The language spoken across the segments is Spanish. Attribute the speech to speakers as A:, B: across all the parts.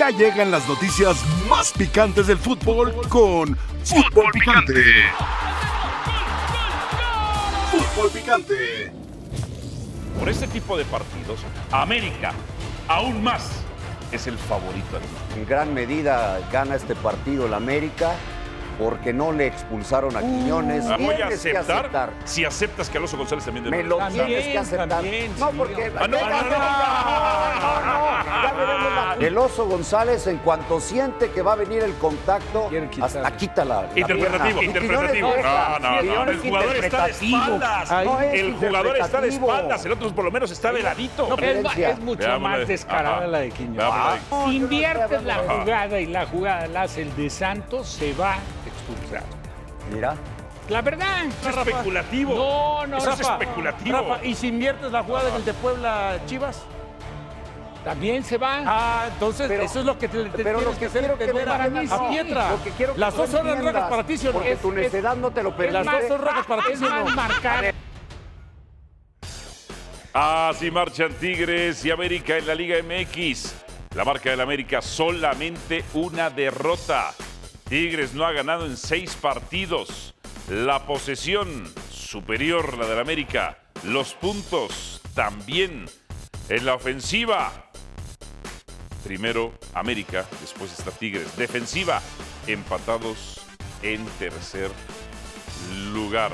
A: Ya llegan las noticias más picantes del fútbol con Fútbol Picante. Fútbol Picante.
B: Por este tipo de partidos, América, aún más, es el favorito al mundo.
C: En gran medida gana este partido el América porque no le expulsaron a Quiñones.
B: La voy a
C: Tienes que
B: aceptar, si aceptas que Alonso González también debe
C: Me lo
B: regresar.
C: tienes que aceptar.
D: también,
C: no,
D: sí,
C: porque.
B: Ah, no,
C: Ya
B: ah, no,
C: veremos la- ya veremos la- El oso González, en cuanto siente que va a venir el contacto,
D: Quiere quitarle.
C: hasta quita la. la
B: Interpretativo,
C: pierna. Y
B: interpretativo.
C: Quiñones
B: No,
C: deja,
B: no, no.
C: Quiñones
B: El jugador está de
C: interpretativo.
B: espaldas.
C: Ahí es
B: El jugador está de
C: interpretativo.
B: espaldas. El otro por lo menos está de ladito.
D: No,
C: pero
D: es, ma-
C: Violencia.
D: es mucho
B: Veamos la de-
D: más descarada
B: ajá.
D: la de Quiñones.
B: Veamos la de-
D: Ah, si inviertes la
B: Ajá.
D: jugada y la jugada la hace el de Santos, se va expulsado.
C: Mira.
D: La verdad.
B: Es especulativo.
D: No, no,
B: Eso es
D: Rafa.
B: especulativo.
E: Rafa, ¿y si inviertes la jugada en el de Puebla Chivas?
D: También se va.
E: Ah, entonces
C: Pero-
E: eso es lo que te, te
C: Pero lo
E: tienes
C: que
E: que hacer
C: quiero que
E: entender
C: no
E: a,
C: me hagas-
E: a
D: no,
E: Pietra.
C: lo que quiero que
E: Las
C: tú
E: dos horas
C: entiendas,
E: rojas para ti, ¿sí o no?
C: Porque
E: Es-
C: tu
E: es-
C: necedad no te lo
D: es
C: permite. Ah,
E: las
D: más,
E: dos rojas para ti,
D: es
E: sí o no.
D: más marcar.
B: Así marchan Tigres y América en la Liga MX. La marca del América solamente una derrota. Tigres no ha ganado en seis partidos. La posesión superior la del América. Los puntos también. En la ofensiva, primero América, después está Tigres. Defensiva, empatados en tercer lugar.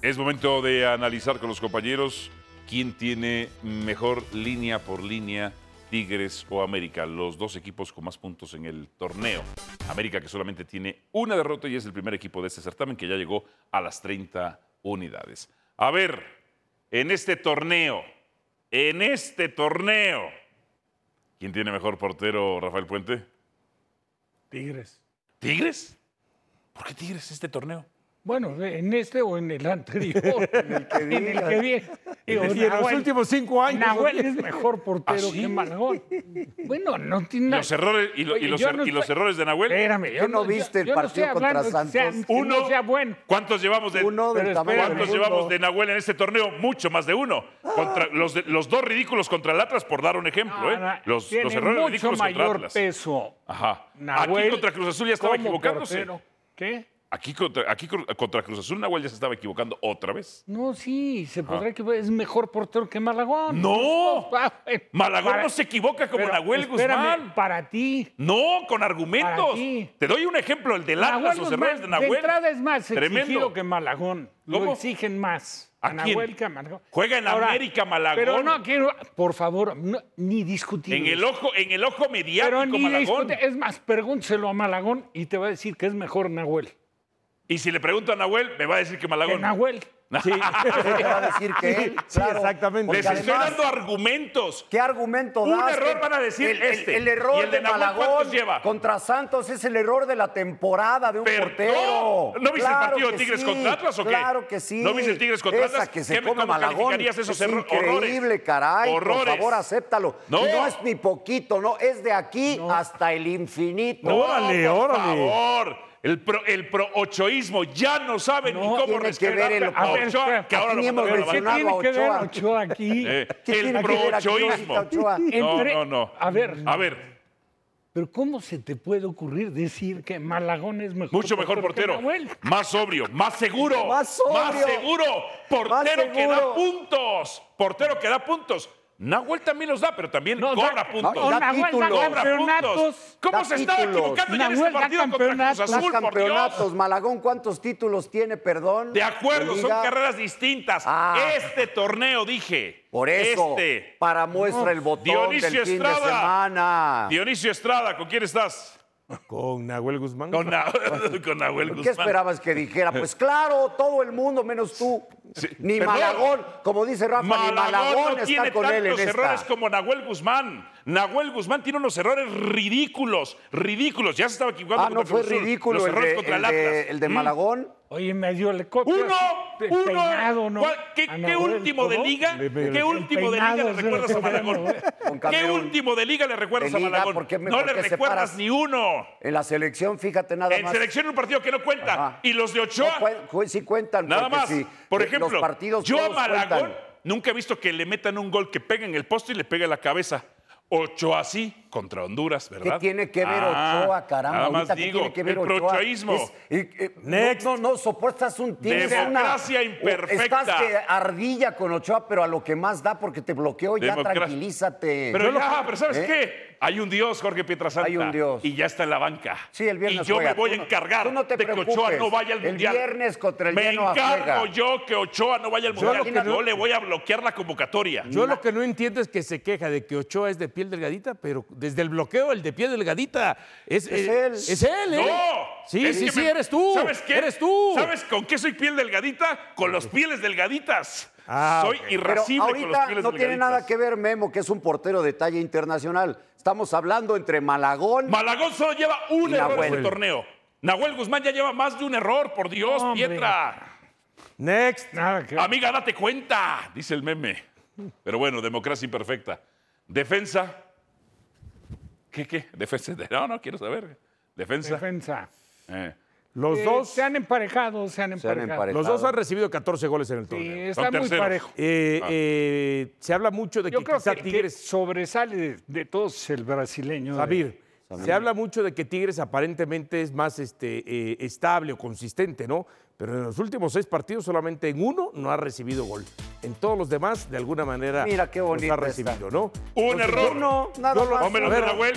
B: Es momento de analizar con los compañeros quién tiene mejor línea por línea, Tigres o América, los dos equipos con más puntos en el torneo. América que solamente tiene una derrota y es el primer equipo de este certamen que ya llegó a las 30 unidades. A ver, en este torneo, en este torneo, ¿quién tiene mejor portero, Rafael Puente?
D: Tigres.
B: ¿Tigres? ¿Por qué Tigres este torneo?
D: Bueno, en este o en el anterior. en el que viene. En el que viene. Digo,
E: Y en los
D: Nahuel-
E: últimos cinco años.
D: Nahuel es mejor portero
B: ¿Ah, sí?
D: que Malagón. Bueno, no tiene
B: ¿Y
D: nada.
B: los errores, y lo- y
D: Oye,
B: los
D: yo
B: er-
D: no
B: y los
D: estoy-
B: errores de Nahuel?
D: Espérame, yo
C: ¿Qué no viste el
D: yo- yo
C: partido
D: estoy
C: contra
D: hablando que sea-
C: Santos?
D: que
B: Uno.
D: no sea bueno.
B: ¿Cuántos llevamos de,
C: Uno del
D: Pero
C: tamaño
D: espérate,
C: del mundo.
B: ¿Cuántos
C: Ah.
B: llevamos de Nahuel en este torneo? Mucho más de uno. Contra los, de- los dos ridículos contra el Atlas, por dar un ejemplo, ¿eh?
D: Ahora,
B: Los,
D: tiene
B: los errores
D: mucho
B: ridículos contra
D: mayor
B: Atlas.
D: peso.
B: Ajá.
D: Nahuel
B: aquí contra Cruz Azul ya estaba
D: como
B: equivocándose.
D: portero. ¿Qué?
B: Aquí contra, aquí cru- contra Cruz Azul Nahuel ya se estaba equivocando otra vez.
D: No, sí, se podrá que es mejor portero que Malagón.
B: Ah. ¡No!
D: Ah, bueno.
B: Malagón
D: Para-
B: no se equivoca como
D: pero
B: Nahuel
D: espérame,
B: Guzmán.
D: Para ti.
B: No, con argumentos.
D: Para ti.
B: Te doy un ejemplo, el del Atlas, los
D: Guzmán,
B: errores de Nahuel.
D: entrada es más
B: Tremendo.
D: exigido que Malagón.
B: ¿Cómo?
D: Lo exigen más.
B: ¿A quién?
D: Nahuel que a Malagón.
B: Juega en América, Malagón.
D: Pero no quiero, por favor, no, ni discutir.
B: En el
D: eso.
B: ojo, en el ojo mediático,
D: Pero ni
B: Malagón.
D: discute. Es más, pregúnteselo a Malagón y te va a decir que es mejor Nahuel.
B: Y si le pregunto a Nahuel, me va a decir que
D: Que
B: Malagón.
D: Nahuel.
C: Te va a decir que él,
E: sí,
C: claro,
E: exactamente.
C: porque
B: Les estoy
C: además,
B: dando argumentos.
C: ¿Qué argumento
B: Un
C: das?
B: error van a decir
C: el, el-
B: este.
C: El error
B: ¿Y el de Nahuel
C: Malagón
B: cuántos lleva?
C: contra Santos es el error de la temporada de un
B: Pero
C: portero.
B: no, ¿no viste el
C: Claro
B: partido de
C: que
B: Tigres
C: sí,
B: contra Atlas o qué?
C: Claro que sí.
B: ¿No viste el Tigres contra
C: Esa
B: Atlas?
C: que se
B: ¿Qué me-
C: come
B: cómo
C: Malagón.
B: calificarías esos
C: es
B: erro-
C: increíble,
B: horrores?
C: caray.
B: Horrores.
C: Por favor, acéptalo.
B: No.
C: No. es ni poquito, no. Es de aquí hasta el infinito.
B: No,
E: Órale,
B: por
E: órale.
B: favor. El pro, el pro ochoísmo ya no saben ni cómo
C: tiene que
B: rescatar
C: ver el-
B: a
D: a ver,
B: Ochoa, que ahora lo
C: aquí hemos
B: mandaron a la
D: ¿Qué
B: banca.
C: mencionado
D: tiene
C: a
D: que ver
C: Ochoa.
D: Ochoa aquí?
B: Eh,
C: ¿Qué
B: el
C: tiene que ver aquí
B: pro-ochoísmo.
C: Ochoa?
B: No,
D: Entre-
B: no, no.
D: A ver.
B: A ver,
D: Pero ¿cómo se te puede ocurrir decir que Malagón es mejor
B: mucho mejor
D: que
B: portero.
D: Nahuel?
B: Más sobrio, más seguro.
C: Más sobrio.
B: Más seguro. Portero que da
C: seguro.
B: puntos. Portero que da puntos. Nahuel también los da, pero también
D: No,
B: cobra
D: da-
B: puntos.
C: no,
D: O
C: da
D: Nahuel da
C: títulos.
B: Cobra puntos.
D: campeonatos.
B: ¿Cómo
C: Da
B: se estaba
C: títulos.
B: equivocando ya en ese
D: Nahuel da
B: partido contra Cruz
D: campeonatos.
C: Más
B: Azul, por
C: campeonatos.
B: Dios?
C: Malagón, ¿cuántos títulos tiene, perdón?
B: De acuerdo, son
C: Liga.
B: carreras distintas.
C: Ah.
B: Este torneo, dije.
C: Por eso,
B: Este.
C: para muestra el botón
B: Dionisio
C: del fin de
B: Estrada.
C: semana.
B: Dionisio Estrada, ¿con quién estás?
E: Con Nahuel Guzmán.
B: Con, Na- con Nahuel Guzmán.
C: ¿Qué esperabas que dijera? Pues claro, todo el mundo menos tú.
B: Sí.
C: Ni
B: Perdón.
C: Malagón, como dice Rafa,
B: Malagón,
C: ni Malagón
B: no
C: está
B: tiene
C: con él en
B: tantos errores
C: esta.
B: como Nahuel Guzmán. Nahuel Guzmán tiene unos errores ridículos, ridículos. Ya se estaba equivocando
C: Ah, no
B: contra
C: fue
B: Cruz Azul.
C: ridículo
B: Los
C: el
B: errores
C: de,
B: contra
C: el
B: el Atlas.
C: de- el de
B: Mm.
C: Malagón.
D: Oye, me dio le copia.
B: Uno,
D: El
B: uno.
D: peinado, ¿no?
B: ¿Cuál- Mm. ¿Qué,
D: A
B: qué
D: Ah, Nahuel,
B: último de
D: ¿no?
B: liga?
E: Le- le-
B: ¿Qué
E: el
B: último de liga
D: peinado
B: le
D: es el
B: recuerdas a
D: que tenemos,
B: Malagón?
D: ¿eh?
C: Con
B: ¿Qué
C: Camerún.
B: último de liga le recuerdas
C: De
B: a
C: liga,
B: Malagón?
C: ¿por qué me-
B: no
C: por
B: le
C: qué
B: recuerdas
C: separas?
B: ni uno.
C: En la selección, fíjate nada
B: En
C: más.
B: selección un partido que no cuenta.
C: Ajá.
B: Y los de
C: No,
B: Ochoa,
C: cuen- cuen- sí cuentan.
B: nada
C: porque
B: más.
C: sí,
B: Por
C: eh,
B: ejemplo,
C: los partidos
B: yo a
C: todos
B: Malagón
C: cuentan.
B: nunca he visto que le metan un gol que pega en el poste y le pega en la cabeza. Ochoa sí, contra Honduras, ¿verdad?
C: ¿Qué tiene que ver
B: Ah,
C: Ochoa, caramba?
B: Nada más
C: Ahorita, ¿qué
B: digo,
C: tiene que ver
B: el
C: Ochoa?
B: prochoísmo.
C: Es- eh, eh,
E: Next.
C: No, no, no, soportas un tigre.
B: Democracia imperfecta.
C: Estás que ardilla con Ochoa, pero a lo que más da porque te bloqueó, ya
B: Democracia.
C: tranquilízate.
B: Pero ya, pero ¿sabes
C: ¿Eh?
B: qué? Hay un Dios, Jorge Pietrasanta.
C: Hay un Dios.
B: Y ya está en la banca.
C: Sí, el viernes
B: Y yo
C: juega.
B: me voy a
C: Tú no-
B: encargar
C: tú no te
B: de que Ochoa
C: preocupes.
B: no vaya al
C: El
B: Mundial.
C: viernes contra el
B: Me
C: Genoa
B: encargo
C: juega.
B: yo que Ochoa no vaya al
E: lo
B: Mundial.
E: que
B: no,
E: no-
B: le voy a bloquear la convocatoria.
E: Yo lo que no entiendo es que se queja de que Ochoa es de piel delgadita, pero desde el bloqueo el de piel delgadita es,
C: Es
E: eh,
C: él.
E: Es él, ¿eh?
B: ¡No!
E: Sí,
B: Es
E: sí,
B: que
E: sí,
B: me-
E: eres tú.
B: ¿Sabes qué?
E: Eres tú.
B: ¿Sabes con qué soy piel delgadita? Con los pieles delgaditas.
E: Ah,
B: soy
E: ok.
C: Pero
B: irascible con los
C: ahorita
B: pieles
C: no
B: delgaditas.
C: tiene nada que ver Memo, que es un portero de talla internacional. Estamos hablando entre Malagón.
B: Malagón solo lleva un
C: Y
B: error en
C: Nahuel.
B: el torneo. Nahuel Guzmán ya lleva más de un error, por Dios,
D: Hombre.
B: Pietra. Ah,
E: Next.
D: Nada que ver.
B: Amiga, date cuenta, dice el meme. Pero bueno, democracia imperfecta. Defensa. ¿Qué, qué? Defensa. de- No, no, quiero saber. Defensa.
D: defensa.
B: Eh,
E: Los
D: Eh,
E: dos,
D: se han emparejado, se han
C: Se han
D: emparejado.
C: emparejado.
E: los dos han recibido 14 goles en el
D: Sí,
E: torneo.
D: está
B: Son
D: muy
B: terceros.
D: parejo.
E: Eh, eh, se habla mucho de
D: Yo
E: que
D: creo
E: quizá
D: que, que
E: Tigres.
D: sobresale de, de todos el brasileño. de-
E: Sabir, se habla mucho de que Tigres aparentemente es más este, eh, estable o consistente, ¿no? Pero en los últimos seis partidos solamente en uno no ha recibido gol. En todos los demás, de alguna manera,
C: Mira qué
E: los
C: bonito
E: ha recibido,
C: está.
E: ¿no?
B: Un
E: Entonces,
B: error.
C: Uno, Pues, nada
E: yo lo-
C: más.
B: Pónmelos
E: a
B: de
E: ver,
B: Nahuel.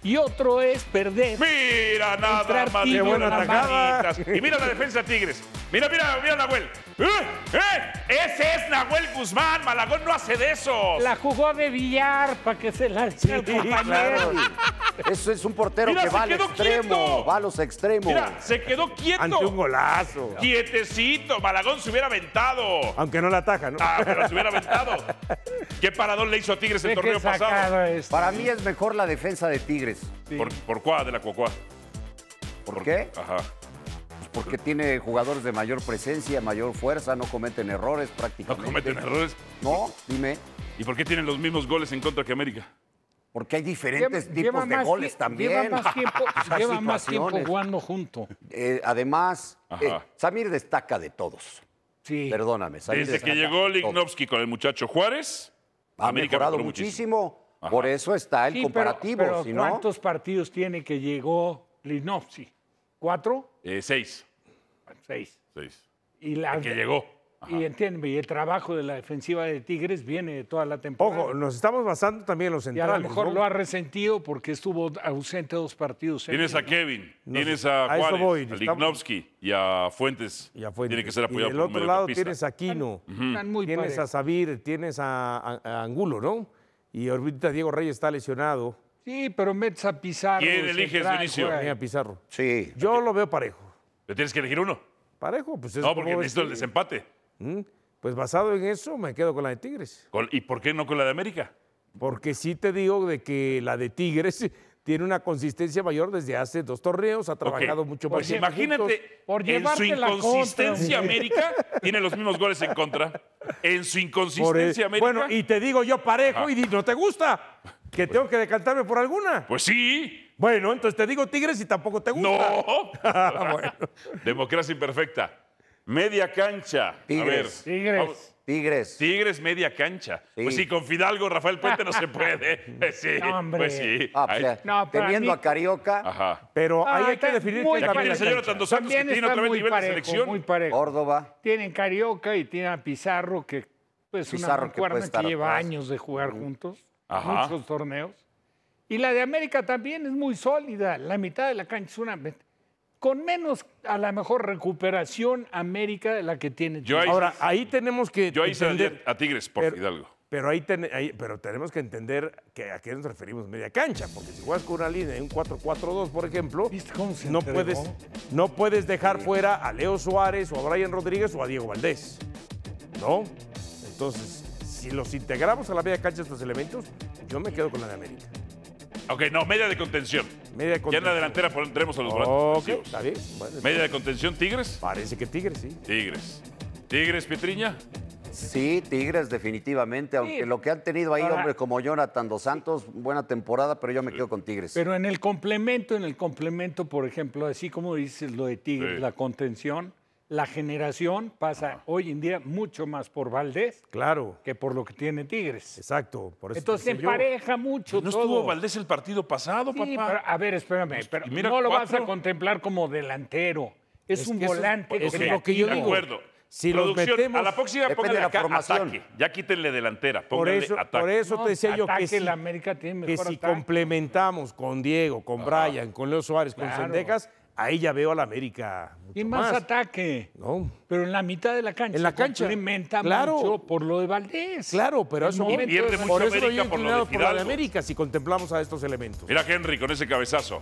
D: y otro es perder.
B: Mira nada
D: Entrar
B: más de
D: tiro
B: buenas
D: nada más.
B: tacaditas. Y mira la defensa de Tigres. Mira, mira, mira Nahuel. ¡Eh! ¡Eh! Ese es Nahuel Guzmán. Malagón no hace de eso.
D: La jugó de billar para que se la eche al compañero.
C: Claro. Eso es un portero
B: Mira,
C: que
B: se
C: va al
B: quedó
C: extremo,
B: quieto.
C: va a los extremos.
B: Mira, se quedó quieto.
E: Ante un golazo.
B: Quietecito. Malagón se hubiera aventado.
E: Aunque no la ataja, ¿no?
B: Ah, pero se hubiera aventado. ¿Qué paradón le hizo a Tigres el
D: Ve qué
B: torneo pasado?
D: sacada es.
C: Para mí es mejor la defensa de Tigres.
B: ¿Por, por cuá de la cuacuá?
C: ¿Por qué? Pues
B: Ajá.
C: Porque tiene jugadores de mayor presencia, mayor fuerza, no cometen errores
B: No
C: prácticamente.
B: cometen errores.
C: No, dime.
B: ¿Y por qué tienen los mismos goles en contra que América?
C: Porque hay
D: Lleva-
C: diferentes
D: lleva
C: tipos de
D: más
C: goles
D: tie-
C: también.
D: Lleva más tiempo,
C: Esas
D: lleva más tiempo
C: situaciones.
D: jugando junto.
C: Eh, además,
B: Ajá.
C: eh, Samir destaca de todos.
D: Sí.
C: Perdóname. Samir
B: Desde
C: destaca
B: que llegó
C: de todos.
B: Lignovsky con el muchacho Juárez,
C: Ha
B: América
C: mejorado
B: mejoró
C: muchísimo.
B: Ajá.
C: Por eso está el
D: Sí, pero-
C: comparativo.
D: pero
C: si no,
D: ¿Cuántos partidos tiene que llegó Linovsky? ¿Cuatro?
B: eh, seis.
D: Seis.
B: Seis.
D: Y la,
B: Que llegó.
D: Y entiende, y el trabajo de la defensiva de Tigres viene de toda la temporada.
E: Ojo, nos estamos basando también en los
D: y a lo
E: centrales.
D: mejor
E: ¿no?
D: lo ha resentido porque estuvo ausente dos partidos. ¿eh?
B: Tienes a
D: seguidos.
B: Kevin,
E: No
B: tienes
E: sé,
B: a
E: a eso
B: Juárez,
E: voy,
B: a
E: estamos-
B: Lignovsky y a Fuentes.
E: Ya fue.
B: Tiene que ser
E: Y
B: apoyado
E: del
B: por un
E: otro lado
B: mediocampista.
E: tienes a Aquino.
D: Están muy
E: Tienes a
D: parejos.
E: Sabir, tienes a, a- a Angulo, ¿no? Y ahorita Diego Reyes está lesionado.
D: Sí, pero metes a Pizarro.
B: ¿Quién eliges,
D: central,
B: Dionisio?
D: juega.
E: También a Pizarro.
C: Sí.
E: Yo lo veo parejo.
B: Pero tienes que elegir uno.
E: Parejo, pues es
B: No,
E: como
B: porque
E: ves
B: necesito el
E: que-
B: desempate.
E: ¿Mm? Pues basado en eso, me quedo con la de Tigres.
B: Con- ¿Y por qué no con la de América?
E: Porque sí te digo de que la de Tigres tiene una consistencia mayor desde hace dos torneos, ha trabajado
B: Ok.
E: mucho más.
B: Pues imagínate,
D: por
B: en su
D: llevarte la contra,
B: inconsistencia América tiene los mismos goles en contra. En su
E: Por el-
B: inconsistencia América.
E: bueno, y te digo yo parejo
B: Ah.
E: y di- no te gusta, que tengo que decantarme por alguna.
B: Pues sí.
E: Bueno, entonces te digo Tigres y tampoco te gusta.
B: No.
E: Ah, bueno.
B: Democracia imperfecta. Media cancha.
C: Tigres.
B: A ver.
D: Tigres.
B: Vamos.
C: Tigres.
B: Tigres media cancha.
C: Sí.
B: Pues sí, con Fidalgo, Rafael Puente no se puede. Pues sí.
D: No, hombre.
B: Pues sí.
C: Ah, pues,
B: Ahí-
C: ya,
D: No, para
C: teniendo
D: mí-
C: a Carioca,
B: Ajá.
E: Pero
D: Ah,
E: ahí hay que
D: está
E: definir
D: muy
E: quién
B: Ya
E: gana
D: parejo.
B: viene el
E: la
B: señor
E: cancha.
B: Tanto Santos que
D: También está
B: tiene otra vez
D: muy
B: nivel de
D: parejo,
B: selección.
D: muy parejo.
C: Córdoba.
D: Tienen Carioca y tienen a Pizarro, que pues
C: Pizarro
D: una
C: que
D: mancuerna
C: puede
D: que,
C: estar
D: lleva
C: atrás.
D: años de jugar juntos,
B: Ajá.
D: muchos torneos. Y la de América también es muy sólida, la mitad de la cancha es una... Con menos, a la mejor, recuperación América de la que tiene
B: Yo ahí,
E: Ahora, ahí tenemos que
B: yo ahí se la di
E: entender,
B: a Tigres por
E: pero-
B: Fidalgo.
E: Pero, ahí ten- ahí- pero tenemos que entender que a qué nos referimos media cancha, porque si juegas con una línea en un 4-4-2, por ejemplo,
D: ¿Viste cómo se
E: no,
D: entregó?
E: puedes, no puedes dejar fuera a Leo Suárez o a Brian Rodríguez o a Diego Valdés. ¿No? Entonces, si los integramos a la media cancha estos elementos, yo me quedo con la de América.
B: Ok, no, media de contención. Ya en
E: Media de
B: la
E: contención.
B: delantera pondremos a los
E: Ok,
B: volantes.
E: está bien. Bueno,
B: Media de contención, Tigres.
E: parece que Tigres, sí.
B: Tigres. Tigres, Pietriña.
C: Sí, Tigres, definitivamente. Aunque lo que han tenido ahí,
D: Ahora-
C: hombres como Jonathan dos Santos, buena temporada, pero yo me quedo con Tigres.
D: Pero en el complemento, en el complemento, por ejemplo, así como dices lo de Tigres,
B: Sí.
D: la contención, la generación pasa hoy en día mucho más por Valdés
E: Claro,
D: que por lo que tiene Tigres.
E: exacto. Por eso
D: Entonces
E: te
D: se
E: decía Pues, yo.
D: empareja mucho
B: Pues ¿No
D: todo.
B: estuvo Valdés el partido pasado,
D: Sí,
B: papá? Pues,
D: pero, a ver, espérame, pero
B: y mira,
D: no lo vas
B: cuatro.
D: a contemplar como delantero. Es, un
E: que eso es- pues,
D: volante
E: es
B: Ok,
E: lo que yo
B: de
E: digo.
B: acuerdo.
E: Si los
B: Producción,
E: metemos-
B: a la próxima
C: Depende
B: póngale
C: de la
B: acá
C: formación.
B: ataque. Ya quítenle delantera,
E: Por
B: póngale
E: eso,
B: ataque.
E: por eso te decía yo que
D: ataque,
E: si,
D: la América tiene
E: que
D: mejor
E: si
D: ataque.
E: complementamos con Diego, con Brian, con Leo Suárez, con
D: Claro.
E: Sendejas, ahí ya veo a la América mucho
D: Y más, ataque.
E: No.
D: Pero en la mitad de la cancha.
E: En la cancha.
D: Complementa
E: Claro.
D: mucho por lo de Valdés.
E: Claro, pero
D: El
E: eso
D: momento
B: Y pierde
D: es-
B: mucho
E: por eso
B: América
E: yo
B: por lo de
E: inclinado por la de
B: Fidalgo.
E: América si contemplamos a estos elementos.
B: Mira Henry con ese cabezazo.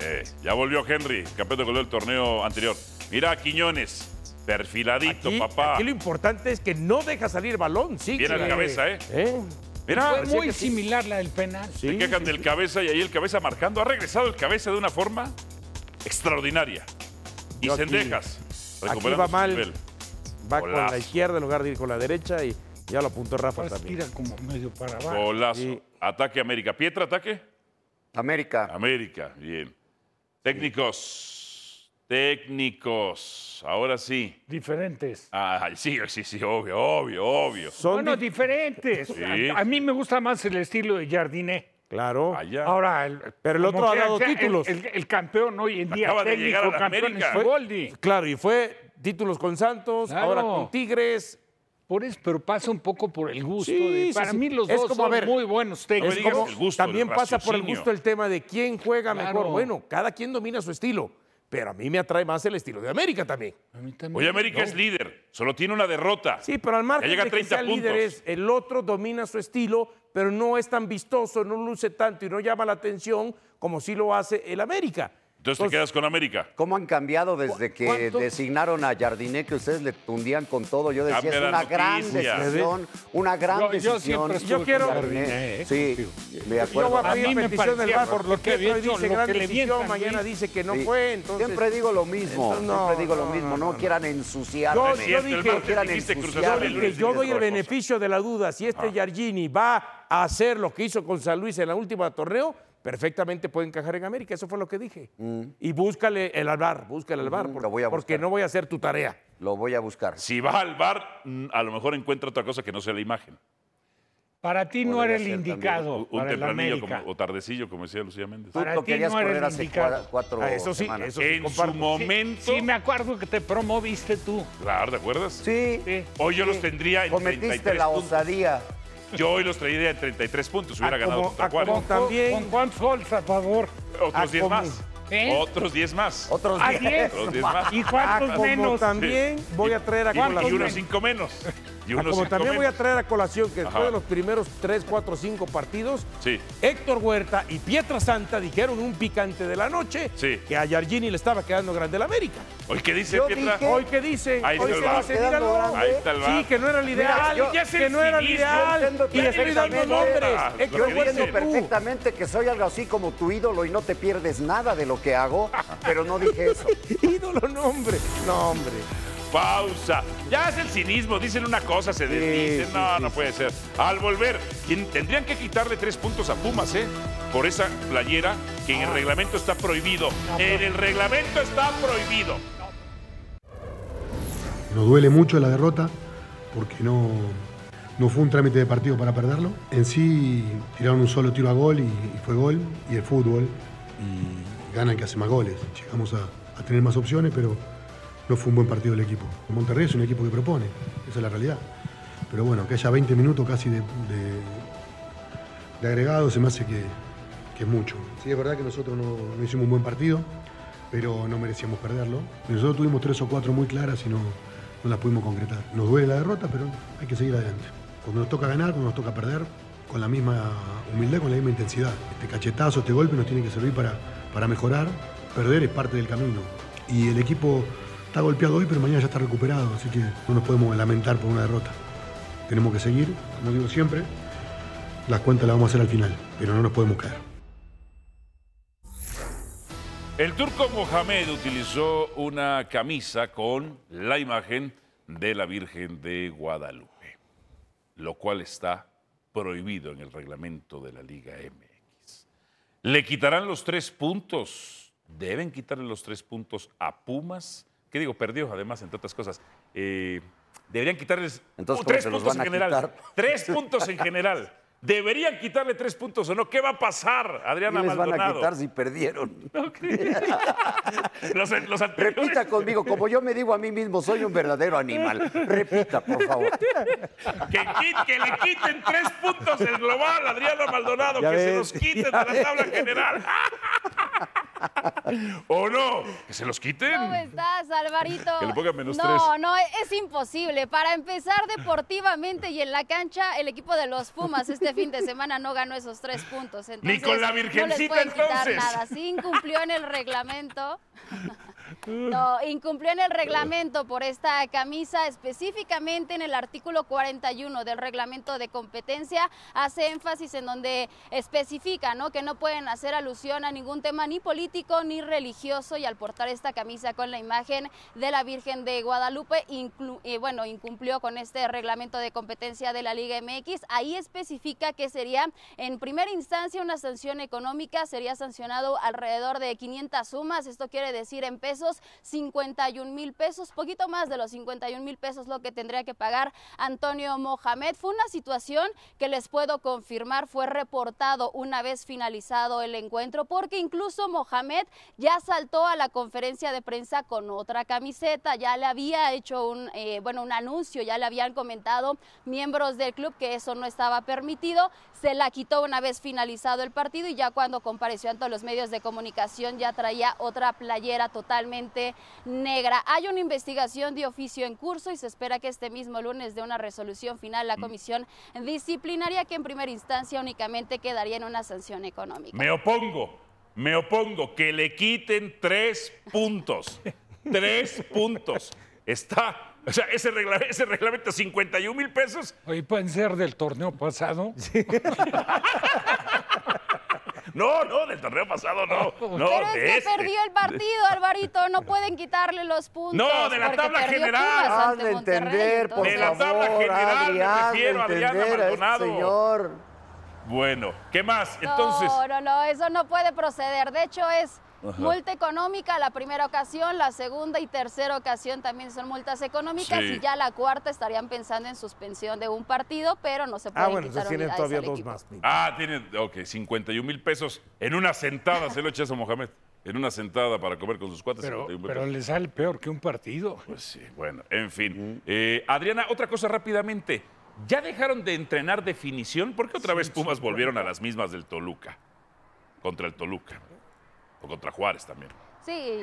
B: Eh, ya volvió Henry, campeón de goleo del torneo anterior. Mira a Quiñones, perfiladito,
E: Aquí,
B: papá.
E: aquí lo importante es que no deja salir balón, sí.
B: Ah. Viene a la
E: que-
B: cabeza, ¿eh?
E: ¿Eh?
B: Mira,
D: Fue muy similar la del penal.
E: Sí,
B: se quejan
E: sí,
B: del
E: sí.
B: cabeza y ahí el cabeza marcando. Ha regresado el cabeza de una forma extraordinaria. Y
E: Yo aquí-
B: Sendejas,
E: aquí
B: recuperando
E: va
B: su
E: mal.
B: nivel.
E: Va con
B: Golazo.
E: la izquierda en lugar de ir con la derecha y ya lo apuntó Rafa
D: Ahora se
E: también.
D: tira como medio para abajo.
B: Golazo.
E: Sí.
B: Ataque América. Pietra, ataque.
C: América.
B: América, bien. Técnicos. Técnicos. Ahora sí.
D: Diferentes.
B: Ay, sí, sí, sí, obvio, obvio, obvio.
E: Son
D: bueno,
E: di-
D: diferentes. A, a mí me gusta más el estilo de Jardiné.
E: Claro.
B: Allá.
D: Ahora, el,
E: Pero el
D: como
E: otro ha
D: quiera
E: dado
D: que sea, el-
E: títulos.
D: El, el campeón hoy en día,
B: Acaba de
D: técnico,
B: llegar a la
D: campeón
B: América.
D: es Goldi.
E: Claro, y fue títulos con Santos,
D: Claro.
E: ahora con Tigres.
D: Por eso, pero pasa un poco por el gusto.
E: Sí,
D: de-
E: sí,
D: para
E: sí.
D: mí los
E: Es
D: dos
E: como, a
D: son
E: ver,
D: muy buenos técnicos.
B: es digas como- el gusto,
E: también
B: el
E: pasa por el
B: raciocinio.
E: gusto el tema de quién juega
D: Claro.
E: mejor. Bueno, cada quien domina su estilo, pero a mí me atrae más el estilo de América también.
D: A mí también.
B: Hoy América
D: No.
B: es líder, solo tiene una derrota.
E: Sí, pero al margen
B: Ya llega a
E: de que
B: 30
E: sea
B: puntos.
E: líder es, el otro domina su estilo, pero no es tan vistoso, no luce tanto y no llama la atención como sí lo hace el América. pues,
B: Entonces te quedas con América.
C: ¿Cómo han cambiado desde que
E: ¿Cuánto?
C: designaron a Jardiné, que ustedes le tundían con todo? Yo decía,
B: Cambia
C: es
B: la
C: una gran
B: noticia.
C: decisión, una gran
D: Yo- yo
C: decisión.
D: siempre
E: Yo quiero-
D: con Jardiné, ¿eh?
C: Sí, de
E: Yo
C: acuerdo.
E: voy a
D: A
E: pedir
D: mí me
E: petición del
D: parecía,
E: VAR,
D: por lo que
E: Pietro
D: había
E: hoy
D: hecho,
E: dice
D: lo
E: gran
D: que le
E: decisión,
D: avientan,
E: mañana
D: Luis.
E: dice que no
C: Sí.
E: fue, entonces...
C: Siempre digo lo mismo,
E: Entonces, no,
C: siempre digo lo
E: no,
C: mismo, no,
E: no, no.
C: quieran ensuciar.
E: Yo-
C: No
E: yo dije-
B: el martes
C: quieran
B: dijiste Cruz
C: ensuciar.
B: Azul, el
E: Yo
B: lunes
E: dije, yo
B: dijiste
E: doy el
B: otra cosa. Ah.
E: beneficio de la duda. Si este Yargini va a hacer lo que hizo con San Luis en la última torneo, perfectamente puede encajar en América. Eso fue lo que dije.
C: Mm.
E: Y búscale el alvar, búscale el alvar,
C: Ujú,
E: porque,
C: lo voy a
E: porque
C: buscar.
E: no voy a hacer tu tarea.
C: Lo voy a buscar.
B: Si va al bar, mm, a lo mejor encuentra otra cosa que no sea la imagen.
D: Para ti no
C: Podría
D: era el
C: ser también
D: indicado.
B: Un un
D: para el
B: tempranillo
D: América.
B: como- o tardecillo, como decía Lucía Méndez.
C: Tú
D: Para
C: lo
D: ti
C: querías
D: no era
C: correr
D: el
C: hace
D: indicado.
C: cua- cuatro
E: Ah, eso sí,
C: semanas.
E: eso sí.
B: En su
E: comparto.
B: momento.
D: Sí, me acuerdo que te promoviste tú.
B: Claro, ¿te acuerdas?
C: Sí,
D: Sí.
B: Hoy yo
C: sí.
B: los tendría en
C: Cometiste
B: 33
C: la
B: puntos.
C: osadía.
B: Yo hoy los traería en 33 puntos. Hubiera
E: Ah,
B: ganado
E: como-
B: contra
E: ah, como
B: Juárez.
E: ta- También-
D: ¿Con cuántos goles a favor?
E: ah,
B: Otros 10
E: como-
B: más.
D: ¿Eh?
B: Otros 10 más.
C: Otros
D: ¿A
C: diez.
D: 10?
B: Otros 10 más.
D: ¿Y
E: Ah,
D: cuántos
E: como
D: menos?
E: también voy a traer a
B: Y- y
E: colación.
B: unos 5 menos. Y
E: Ah,
B: unos
E: como
B: cinco
E: también voy a
B: menos.
E: traer a colación que después
B: Ajá.
E: de los primeros 3, 4, 5 partidos,
B: Sí.
E: Héctor Huerta y Pietra Santa dijeron un picante de la noche
B: Sí.
E: que a Yargini le estaba quedando grande el América.
B: Hoy qué dice
C: Yo
B: Pietra.
C: dije-
E: Hoy que dice,
B: Ahí
E: hoy
B: está el
E: que
B: VAR.
E: dice, dígalo.
C: Quedando
B: Ahí está el VAR.
E: Sí, que no era el ideal,
C: yo-
E: que
B: ya sé el
E: no era el
B: cinismo.
E: ideal.
C: Entiendo
E: Y estoy dando
C: perfectamente.
E: nombres.
B: Ah,
E: Héctor
B: lo
C: Yo
B: que
E: Huerta,
C: entiendo
B: dice.
E: tú.
C: perfectamente que soy algo así como tu ídolo y no te pierdes nada de lo que hago, pero no dije eso.
E: Ídolo, no, hombre. No, hombre.
B: Pausa. Ya es el cinismo. Dicen una cosa, se desdicen.
E: sí,
B: No,
E: sí,
B: no puede ser. Al volver, quien- tendrían que quitarle tres puntos a Pumas, ¿eh? Por esa playera que
E: Ah.
B: en el reglamento está prohibido. En el reglamento está prohibido.
F: Nos duele mucho la derrota porque no, no fue un trámite de partido para perderlo. En sí tiraron un solo tiro a gol y, y fue gol y el fútbol y ganan que hace más goles. Llegamos a, a tener más opciones, pero no fue un buen partido el equipo. Monterrey es un equipo que propone, esa es la realidad. Pero bueno, que haya 20 minutos casi de, de- de agregado se me hace que, que es mucho. Sí, es verdad que nosotros no, no hicimos un buen partido, pero no merecíamos perderlo. Nosotros tuvimos tres o cuatro muy claras y no, no las pudimos concretar. Nos duele la derrota, pero hay que seguir adelante. Cuando nos toca ganar, cuando nos toca perder, con la misma humildad, con la misma intensidad. Este cachetazo, este golpe nos tiene que servir para, para mejorar. Perder es parte del camino. Y el equipo está golpeado hoy, pero mañana ya está recuperado, así que no nos podemos lamentar por una derrota. Tenemos que seguir, como digo siempre, las cuentas las vamos a hacer al final, pero no nos podemos caer.
B: El turco Mohamed utilizó una camisa con la imagen de la Virgen de Guadalupe, lo cual está prohibido en el reglamento de la Liga MX. Le quitarán los tres puntos, deben quitarle los tres puntos a Pumas, que digo, perdió además, entre otras cosas. Eh, deberían quitarles
C: Entonces, ¿cómo
B: tres
C: se los
B: puntos en
C: van a
B: general.
C: quitar?
B: Tres puntos en general. Deberían quitarle tres puntos o no. ¿Qué va a pasar,
C: ¿Qué
B: Adriana
C: les van a
B: Maldonado?
C: quitar si perdieron?
B: Los, los anteriores.
C: Repita conmigo, como yo me digo a mí mismo, soy un verdadero animal. Repita, por favor.
B: Que, qui- que le quiten tres puntos el global, Adriano Maldonado,
E: Ya
B: que se
E: ves,
B: los quiten de la tabla general. ¿O no? Que se los quiten.
G: ¿Cómo estás, Alvarito?
B: Que le pongan menos
G: no,
B: tres.
G: no, e-, es imposible. Para empezar, deportivamente y en la cancha, el equipo de los Pumas este fin de semana no ganó esos tres puntos. ¿eh? Entonces,
B: Ni con la
G: No les
B: virgencita,
G: pueden quitar
B: entonces.
G: nada. Sí incumplió en el reglamento. No, incumplió en el reglamento por esta camisa, específicamente en el artículo 41 del reglamento de competencia, hace énfasis en donde especifica ¿no? que no pueden hacer alusión a ningún tema ni político ni religioso y al portar esta camisa con la imagen de la Virgen de Guadalupe, inclu- eh, bueno, incumplió con este reglamento de competencia de la Liga MX. Ahí especifica que sería en primera instancia una sanción económica, sería sancionado alrededor de 500 sumas, esto quiere decir en pesos 51 mil pesos, poquito más de los 51 mil pesos lo que tendría que pagar Antonio Mohamed. Fue una situación que les puedo confirmar fue reportado una vez finalizado el encuentro, porque incluso Mohamed ya saltó a la conferencia de prensa con otra camiseta, ya le había hecho un, eh, bueno, un anuncio, ya le habían comentado miembros del club que eso no estaba permitido, se la quitó una vez finalizado el partido y ya cuando compareció ante los medios de comunicación ya traía otra playera totalmente negra. Hay una investigación de oficio en curso y se espera que este mismo lunes dé una resolución final
B: Mm.
G: la comisión disciplinaria que en primera instancia únicamente quedaría en una sanción económica.
B: Me opongo, me opongo, que le quiten tres puntos. Tres puntos. Está, o sea, ese, regla- ese reglamento, 51 mil pesos,
D: Oye, pueden ser del torneo pasado.
B: no, no, del torneo pasado no. no
G: Oh, Pero es
B: de
G: que
B: este.
G: perdió el partido, Alvarito. No pueden quitarle los puntos.
B: No, de la
G: porque
B: tabla
G: perdió
B: general.
G: Pumas
C: Haz
G: ante
C: de
G: Monterrey,
C: entender, por
G: entonces-
B: De la tabla
C: favor,
B: general,
C: Adri,
B: me
C: haz de
B: refiero a Adriana
C: entender a este
B: Maldonado.
C: señor.
B: Bueno, ¿qué más? Entonces,
G: No, no, no, eso no puede proceder. De hecho, es multa económica la primera ocasión, la segunda y tercera ocasión también son multas económicas
B: Sí.
G: y ya la cuarta estarían pensando en suspensión de un partido, pero no se puede
E: Ah, bueno, entonces
G: quitar
E: tienen
G: unidades
E: todavía
G: al
E: dos
G: equipo.
E: más. Pito.
B: ah, tiene, ok, 51 mil pesos. En una sentada se lo echas a Mohamed. En una sentada para comer con sus cuates.
D: Pero,
B: 51,000
D: pero
B: pesos.
D: le sale peor que un partido.
B: Pues sí, bueno, en fin. Eh, Adriana, otra cosa rápidamente. ¿Ya dejaron de entrenar definición? ¿Por qué otra vez Pumas volvieron a las mismas del Toluca? Contra el Toluca. O contra Juárez también.
G: Sí,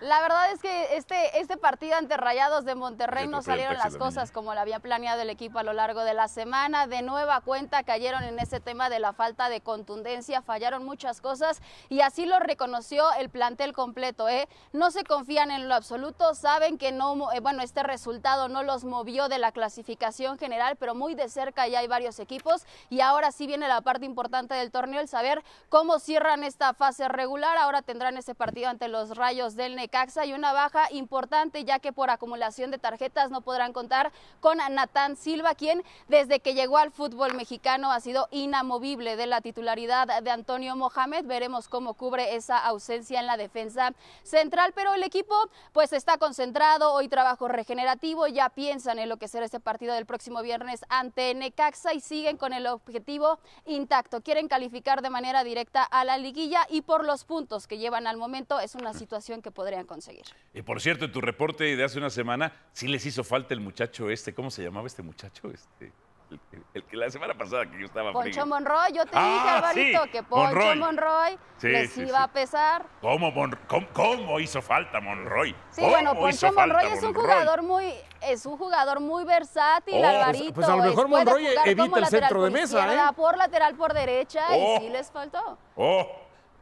G: la verdad es que este, este partido ante Rayados de Monterrey
B: Se
G: no
B: atropella el
G: salieron
B: taxi
G: las
B: la niña.
G: cosas como lo había planeado el equipo a lo largo de la semana. De nueva cuenta cayeron en ese tema de la falta de contundencia, fallaron muchas cosas y así lo reconoció el plantel completo. ¿eh? No se confían en lo absoluto, saben que no, mo- eh, bueno, este resultado no los movió de la clasificación general, pero muy de cerca ya hay varios equipos y ahora sí viene la parte importante del torneo, el saber cómo cierran esta fase regular. Ahora tendrán ese partido ante los Rayos del Necaxa y una baja importante ya que por acumulación de tarjetas no podrán contar con Natán Silva, quien desde que llegó al fútbol mexicano ha sido inamovible de la titularidad de Antonio Mohamed. Veremos cómo cubre esa ausencia en la defensa central, pero el equipo pues está concentrado, hoy trabajo regenerativo, ya piensan en lo que será este partido del próximo viernes ante Necaxa y siguen con el objetivo intacto. Quieren calificar de manera directa a la liguilla y por los puntos que llevan al momento es una situación que podrían conseguir.
B: Y por cierto, en tu reporte de hace una semana, sí les hizo falta el muchacho este. ¿Cómo se llamaba este muchacho? Este, el, que- el que la semana pasada que yo estaba
G: Poncho
B: frío.
G: Monroy, yo te dije,
B: Ah,
G: Alvarito,
B: sí,
G: que Poncho
B: Monroy.
G: Monroy,
B: Sí,
G: les
B: sí,
G: iba
B: sí.
G: a pesar.
B: ¿Cómo, Mon- cómo, cómo hizo falta Monroy?
G: Sí,
B: ¿Cómo
G: bueno,
B: Oh, hizo
G: Poncho
B: falta
G: Monroy es un
B: Monroy?
G: jugador muy, es un jugador muy versátil,
B: Oh, pues-
G: Alvarito.
E: pues a lo
G: es-
E: mejor
G: puede
E: Monroy
G: jugar
E: evita
G: como
E: el
G: lateral
E: centro de
G: por
E: mesa,
G: izquierda,
E: ¿eh?
G: Por lateral, por derecha,
B: Oh.
G: y sí les faltó.
B: Oh,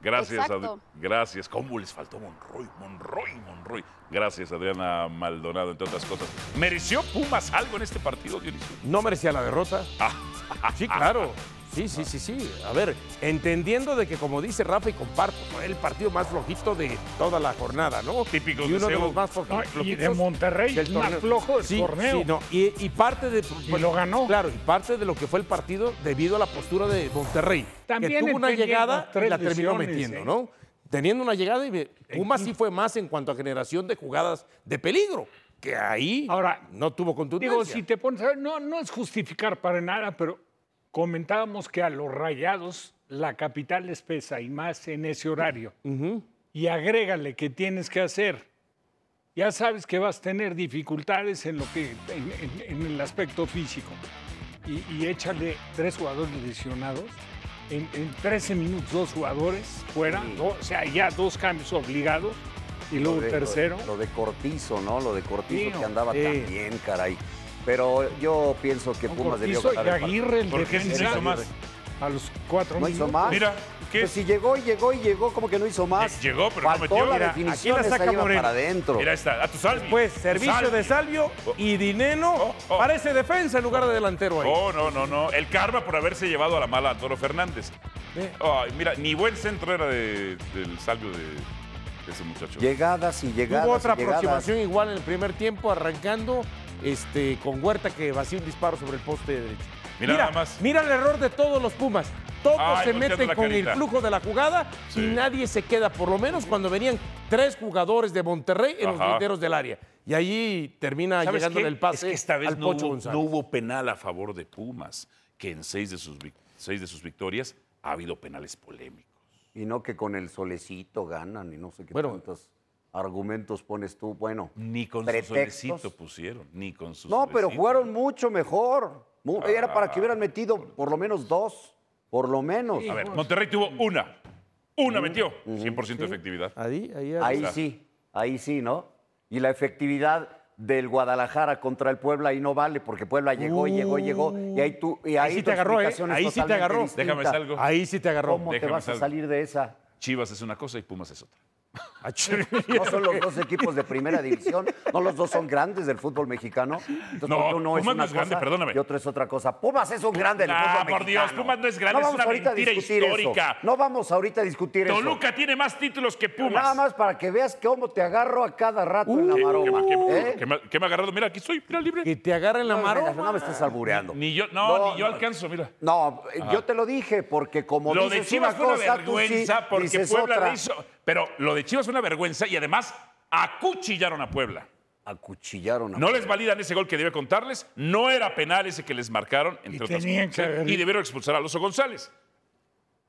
B: gracias,
G: Exacto.
B: Adri- gracias. ¿Cómo les faltó Monroy? Monroy, Monroy. Gracias, Adriana Maldonado, entre otras cosas. ¿Mereció Pumas algo en este partido, Dionisio?
E: No merecía la derrota.
B: Ah,
E: Sí, claro. Sí, sí, sí, sí. A ver, entendiendo de que, como dice Rafa y comparto, fue el partido más flojito de toda la jornada, ¿no?
B: Típico
E: y
B: de
E: uno de
B: Seúl.
E: los más floji-
D: No, y
E: flojitos.
D: de Monterrey,
E: del
D: más
E: torneo.
D: flojo del
E: Sí,
D: torneo.
E: sí, no, y, y parte de. pues,
D: Y lo ganó.
E: Claro, y parte de lo que fue el partido debido a la postura de Monterrey.
D: También
E: que tuvo una
D: tenía
E: llegada y
D: tres
E: la terminó
D: lesiones,
E: metiendo,
D: ¿eh?
E: ¿no? Teniendo una llegada y me- Pumas sí fue más en cuanto a generación de jugadas de peligro, que ahí
D: Ahora,
E: no tuvo contundencia.
D: Digo, si te pones a ver, no, no es justificar para nada, pero comentábamos que a los rayados la capital les pesa y más en ese horario. Y agrégale que tienes que hacer. Ya sabes que vas a tener dificultades en, lo que, en, en- en el aspecto físico. Y, y échale tres jugadores lesionados. En, en 13 minutos, dos jugadores fuera. ¿no? O sea, ya dos cambios obligados. Y luego
C: Lo de-
D: tercero.
C: Lo, de Cortizo, ¿no? Lo de Cortizo
D: Sí,
C: que andaba
D: sí.
C: tan bien, caray. Pero yo pienso que
D: con
C: Pumas debió
D: Cortizo y
C: ganar el partido.
D: Aguirre, el
B: ¿Por qué
D: defensa.
B: se hizo más?
D: A los cuatro
C: No hizo
D: minutos.
C: más.
B: Mira, ¿qué Eh,
C: Pues si llegó y llegó y llegó, como que no hizo más.
B: Llegó, pero no
C: Faltó
B: metió.
C: la
B: Mira, aquí
C: definición,
E: la
C: esa
E: saca
C: iba
E: Moreno.
C: para adentro.
B: Mira, ahí está. A tu salvi.
E: Pues servicio
B: Salvi.
E: de Salvio y Dineno
B: oh.
E: parece defensa en lugar de delantero ahí.
B: No, no, no, no. El karma por haberse llevado a la mala a Toro Fernández. Ay, mira, ni buen centro era de- del salvio de, de ese muchacho.
C: Llegadas y llegadas.
E: Hubo otra
C: y llegadas.
E: aproximación igual en el primer tiempo, arrancando este, con Huerta que vació un disparo sobre el poste derecho.
B: Mira nada más.
E: mira el error de todos los Pumas. Todos
B: Ay,
E: se
B: volteando
E: meten
B: la
E: con
B: carita.
E: el flujo de la jugada
B: Sí.
E: y nadie se queda, por lo menos cuando venían tres jugadores de Monterrey en los
B: Ajá.
E: linderos del área. Y ahí termina
B: ¿Sabes
E: llegando
B: qué?
E: el pase
B: Es que esta vez
E: al
B: no,
E: Pocho
B: hubo,
E: González.
B: no hubo penal a favor de Pumas, que en seis de sus, vic- seis de sus victorias ha habido penales polémicos.
C: Y no que con el solecito ganan y no sé qué
E: Bueno.
C: tantos argumentos pones tú. Bueno,
B: Ni con su
C: pretextos.
B: solecito pusieron, ni con su
C: No, pero
B: solecito.
C: jugaron mucho mejor. Mu-
E: Ah,
C: Era para que hubieran metido por lo menos dos. Por lo menos.
B: A ver, Monterrey tuvo una. Una metió. 100% de efectividad.
E: Ahí, ahí, ahí.
C: Ahí sí, ahí sí, ¿no? Y la efectividad del Guadalajara contra el Puebla ahí no vale, porque Puebla llegó, y llegó, llegó. Y ahí tú. Y ahí,
E: sí te
C: tu
E: agarró, ¿eh?
C: explicación es
E: Ahí sí te
C: totalmente
E: agarró.
C: distinta.
B: Déjame salgo.
E: Ahí sí te agarró.
C: ¿Cómo te
B: Déjame
C: vas a
B: salgo.
C: salir de esa?
B: Chivas es una cosa y Pumas es otra.
C: No son los dos equipos de primera división, no los dos son grandes del fútbol mexicano. Entonces,
B: No,
C: ¿por qué uno
B: Pumas
C: una
B: no es grande,
C: cosa
B: perdóname.
C: Y otro es otra cosa. Pumas es un grande del
B: Ah,
C: fútbol
B: por
C: mexicano.
B: Dios, Pumas no es grande,
C: No
B: es
C: vamos
B: una
C: ahorita a
B: mentira
C: discutir eso.
B: histórica.
C: No vamos ahorita a discutir eso.
B: Toluca tiene más títulos que Pumas. Uh,
C: Nada más para que veas cómo te agarro a cada rato en la maroma.
B: ¿Qué,
C: ¿eh?
B: que me, que me ha agarrado? Mira, aquí estoy, mira, libre.
E: Que te agarren la
C: No, me-
E: mano.
C: no me estés albureando.
B: Ni yo, no,
C: No,
B: ni yo
C: no.
B: alcanzo, mira.
C: No, eh, yo te lo dije, porque como
B: Lo de
C: dices
B: Chivas
C: una
B: fue una
C: cosa,
B: vergüenza
C: tú sí
B: porque
C: dices
B: Puebla
C: otra.
B: le hizo. Pero lo de Chivas fue una vergüenza y además acuchillaron a Puebla.
C: Acuchillaron a
B: No les validan ese gol que debe contarles. No era penal ese que les marcaron, entre otras
D: tenían que
B: cosas.
D: haber-
B: Y debieron expulsar a Alonso González.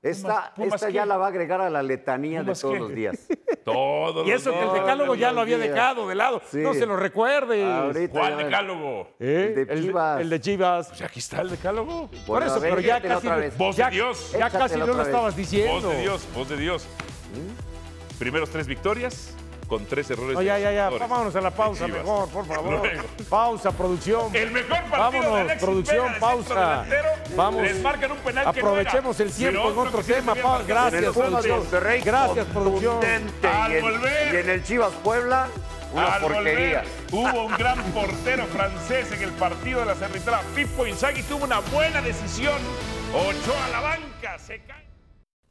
C: Esta,
B: Pumas,
C: esta
B: ¿qué?
C: ya la va a agregar a la letanía de
B: Pumas,
C: todos
B: ¿qué?
C: los días.
B: Todo.
E: Y eso que el
C: No,
E: decálogo ya lo había
C: no, no,
E: dejado de lado.
C: sí.
E: No se lo recuerde.
C: Ahorita
B: ¿Cuál
C: ya ven.
B: decálogo?
E: ¿Eh?
C: El de Chivas.
E: El de Chivas.
B: Pues aquí está el decálogo.
E: Por
C: Bueno, a
E: eso,
C: ver,
E: pero ya
C: échatela
E: casi.
C: otra
E: no-
C: vez.
B: Voz de
E: ya-
B: Dios.
E: Ya casi
C: Échatela
E: no lo
C: otra vez.
E: estabas diciendo.
B: Voz de Dios, voz de Dios.
C: ¿Mm?
B: Primeros tres victorias con tres errores.
E: No,
B: de
E: ya, ya, ya.
B: jugadores.
E: Vámonos a la pausa,
B: Chivas.
E: mejor, por favor.
B: Luego.
E: Pausa, producción.
B: El mejor partido de
E: Vámonos,
B: Alexis
E: producción,
B: Vega, de
E: pausa.
B: centro delantero.
E: Vamos.
B: Les marcan un penal que no era.
E: Aprovechemos el tiempo
B: Pero
E: con
B: otro
E: otro
B: que sí
E: tema.
B: tenía
E: pa-
B: marcado.
E: Gracias,
B: Pumas
E: producción.
C: Monterrey,
E: Gracias, producción.
C: Contundente.
B: Al
C: Y en-
B: volver.
C: Y en el Chivas Puebla, una
B: Al
C: porquería.
B: volver, hubo un gran portero francés en el partido de la cerritra. Pipo Inzaghi tuvo una buena decisión. Ochoa a la banca. Se cae.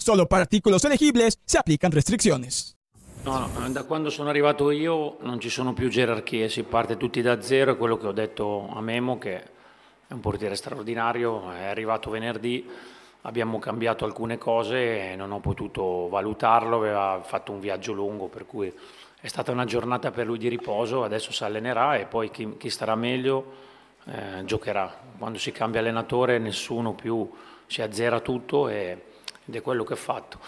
H: Solo para artículos elegibles se aplican restricciones.
I: No, no, da quando sono arrivato io non ci sono più gerarchie, si parte tutti da zero, è quello che ho detto a Memo che è un portiere straordinario, è arrivato venerdì, abbiamo cambiato alcune cose e non ho potuto valutarlo, aveva fatto un viaggio lungo per cui è stata una giornata per lui di riposo, adesso si allenerà e poi chi, chi starà meglio eh, giocherà. Quando si cambia allenatore nessuno più si azzera tutto e- ed è quello che ha fatto.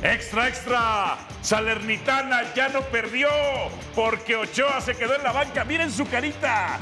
B: Extra, extra. Salernitana ya no perdió porque Ochoa se quedó en la banca. Miren su carita.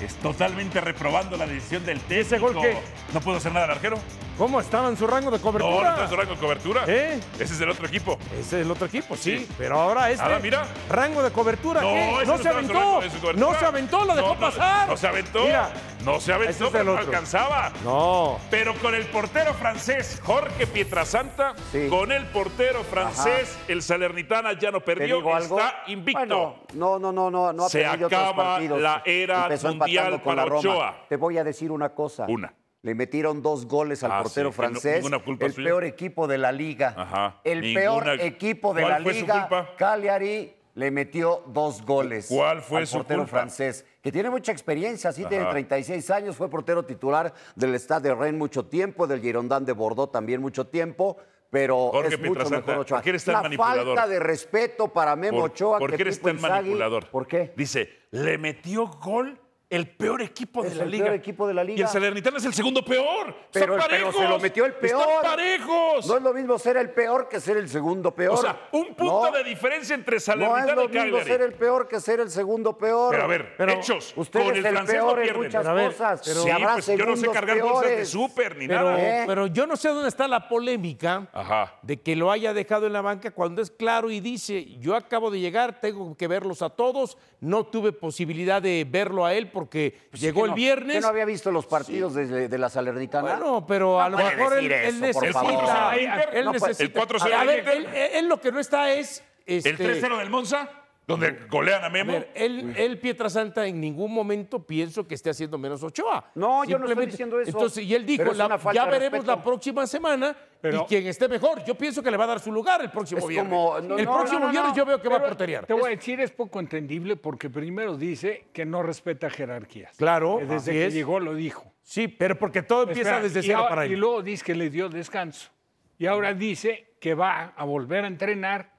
B: Es totalmente reprobando la decisión del técnico.
E: ¿Ese gol qué?
B: No puedo hacer nada al arquero.
E: ¿Cómo estaba en su rango de
B: No, no
E: cobertura?
B: está en su rango de cobertura.
E: ¿Eh?
B: Ese es del otro equipo.
E: Ese es el otro equipo, sí.
B: Sí.
E: Pero ahora este.
B: Ahora, mira.
E: Rango de cobertura.
B: No,
E: ¿qué?
B: ese
E: No, se
B: estaba en su rango
E: aventó.
B: de cobertura.
E: No se aventó, lo dejó
B: No, no,
E: pasar.
B: No se aventó.
E: Mira.
B: No se
E: ese
B: aventó,
E: es
B: pero
E: el
B: no
E: otro.
B: alcanzaba.
E: No.
B: Pero con el portero francés Jorge Pietrasanta,
C: Sí.
B: con el portero francés, el Salernitana ya no
C: ¿Te
B: perdió,
C: digo algo?
B: está invicto.
C: Bueno, no, no, no, no, no ha
B: Se
C: perdido otros
B: acaba
C: partidos.
B: la era
C: Empezó
B: mundial
C: empatando con
B: para
C: la Roma.
B: Ochoa.
C: Te voy a decir una cosa.
B: Una.
C: Le metieron dos goles al
B: Ah,
C: portero
B: sí, que no-
C: francés.
B: ninguna culpa
C: el
B: suya.
C: peor equipo de la liga.
B: Ajá,
C: El
B: ninguna-
C: peor equipo de
B: ¿Cuál
C: la
B: fue su
C: liga.
B: culpa?
C: Cagliari le metió dos goles.
B: ¿Cuál fue
C: al
B: su
C: portero
B: culpa?
C: francés? Que tiene mucha experiencia, sí tiene
B: Ajá.
C: 36 años, fue portero titular del Stade de Rennes mucho tiempo, del Girondin de Bordeaux también mucho tiempo. Pero
B: Jorge
C: es mucho
B: Pietrasanta,
C: mejor Ochoa.
B: ¿por qué eres tan
C: la
B: manipulador?
C: falta de respeto para Memo
B: ¿Por,
C: Ochoa.
B: por
C: que
B: qué eres
C: Pipo
B: tan
C: Inzaghi-
B: manipulador?
C: ¿Por qué?
B: Dice, le metió gol el peor equipo
C: Es
B: de la
C: el
B: liga.
C: peor equipo de la liga.
B: Y el Salernitana es el segundo peor.
C: Pero,
B: Están
C: pero
B: parejos.
C: se lo metió el peor.
B: Están parejos.
C: No es lo mismo ser el peor que ser el segundo peor.
B: o sea, un punto
C: No,
B: de diferencia entre
C: No es
B: Salernitana
C: lo
B: y
C: mismo
B: Cagliari.
C: ser el peor que ser el segundo peor.
B: Pero a ver, hechos.
C: Usted
B: Con
C: es
B: el
C: el
B: francés no
C: peor en
B: pierden.
C: muchas
B: Pero a
E: ver,
C: cosas.
B: Sí,
C: Y habrá
B: pues yo no sé
C: segundos
B: cargar bolsas de
C: peores.
B: súper ni
E: Pero,
B: nada. Pues,
C: ¿Eh?
E: pero yo no sé dónde está la polémica
B: Ajá.
E: de que lo haya dejado en la banca cuando es claro y dice, yo acabo de llegar, tengo que verlos a todos, no tuve posibilidad de verlo a él porque
B: Pues
E: llegó
C: ¿Qué
E: el
C: no-
E: viernes.
C: qué no había visto los partidos de, de la Salernitana?
E: Bueno, pero a lo
C: puede
E: mejor él,
C: decir
E: él
C: eso, por
E: necesita.
C: favor.
B: eh,
E: Él
C: No puede-
E: necesita.
B: el 4-0
E: a ver,
B: del
E: él,
B: Inter.
E: él lo que no está es. este,
B: El 3-0 del Monza, donde golean a
E: a
B: Memo.
E: ver, él, él, Pietrasanta, en ningún momento pienso que esté haciendo menos Ochoa.
C: No, yo no estoy
E: Simplemente-
C: diciendo eso.
E: Entonces, y él dijo,
C: Pero es
E: la-
C: una falta
E: ya
C: de
E: veremos
C: respeto.
E: la próxima semana
D: Pero-
E: y quien esté mejor. Yo pienso que le va a dar su lugar el próximo
C: Es
E: viernes.
C: como- no,
E: el
C: no,
E: próximo
C: no, no,
E: viernes
C: no.
E: yo veo que va a
D: Pero
E: porteriar.
D: Te voy a decir, es poco entendible porque primero dice que no respeta jerarquías.
E: Claro,
D: Que desde
E: así
D: que
E: es.
D: llegó lo dijo.
E: Sí, pero porque todo empieza
D: Espera,
E: desde
D: y
E: cero
D: ahora-
E: para
D: Y
E: él.
D: luego dice que le dio descanso. Y ahora dice que va a volver a entrenar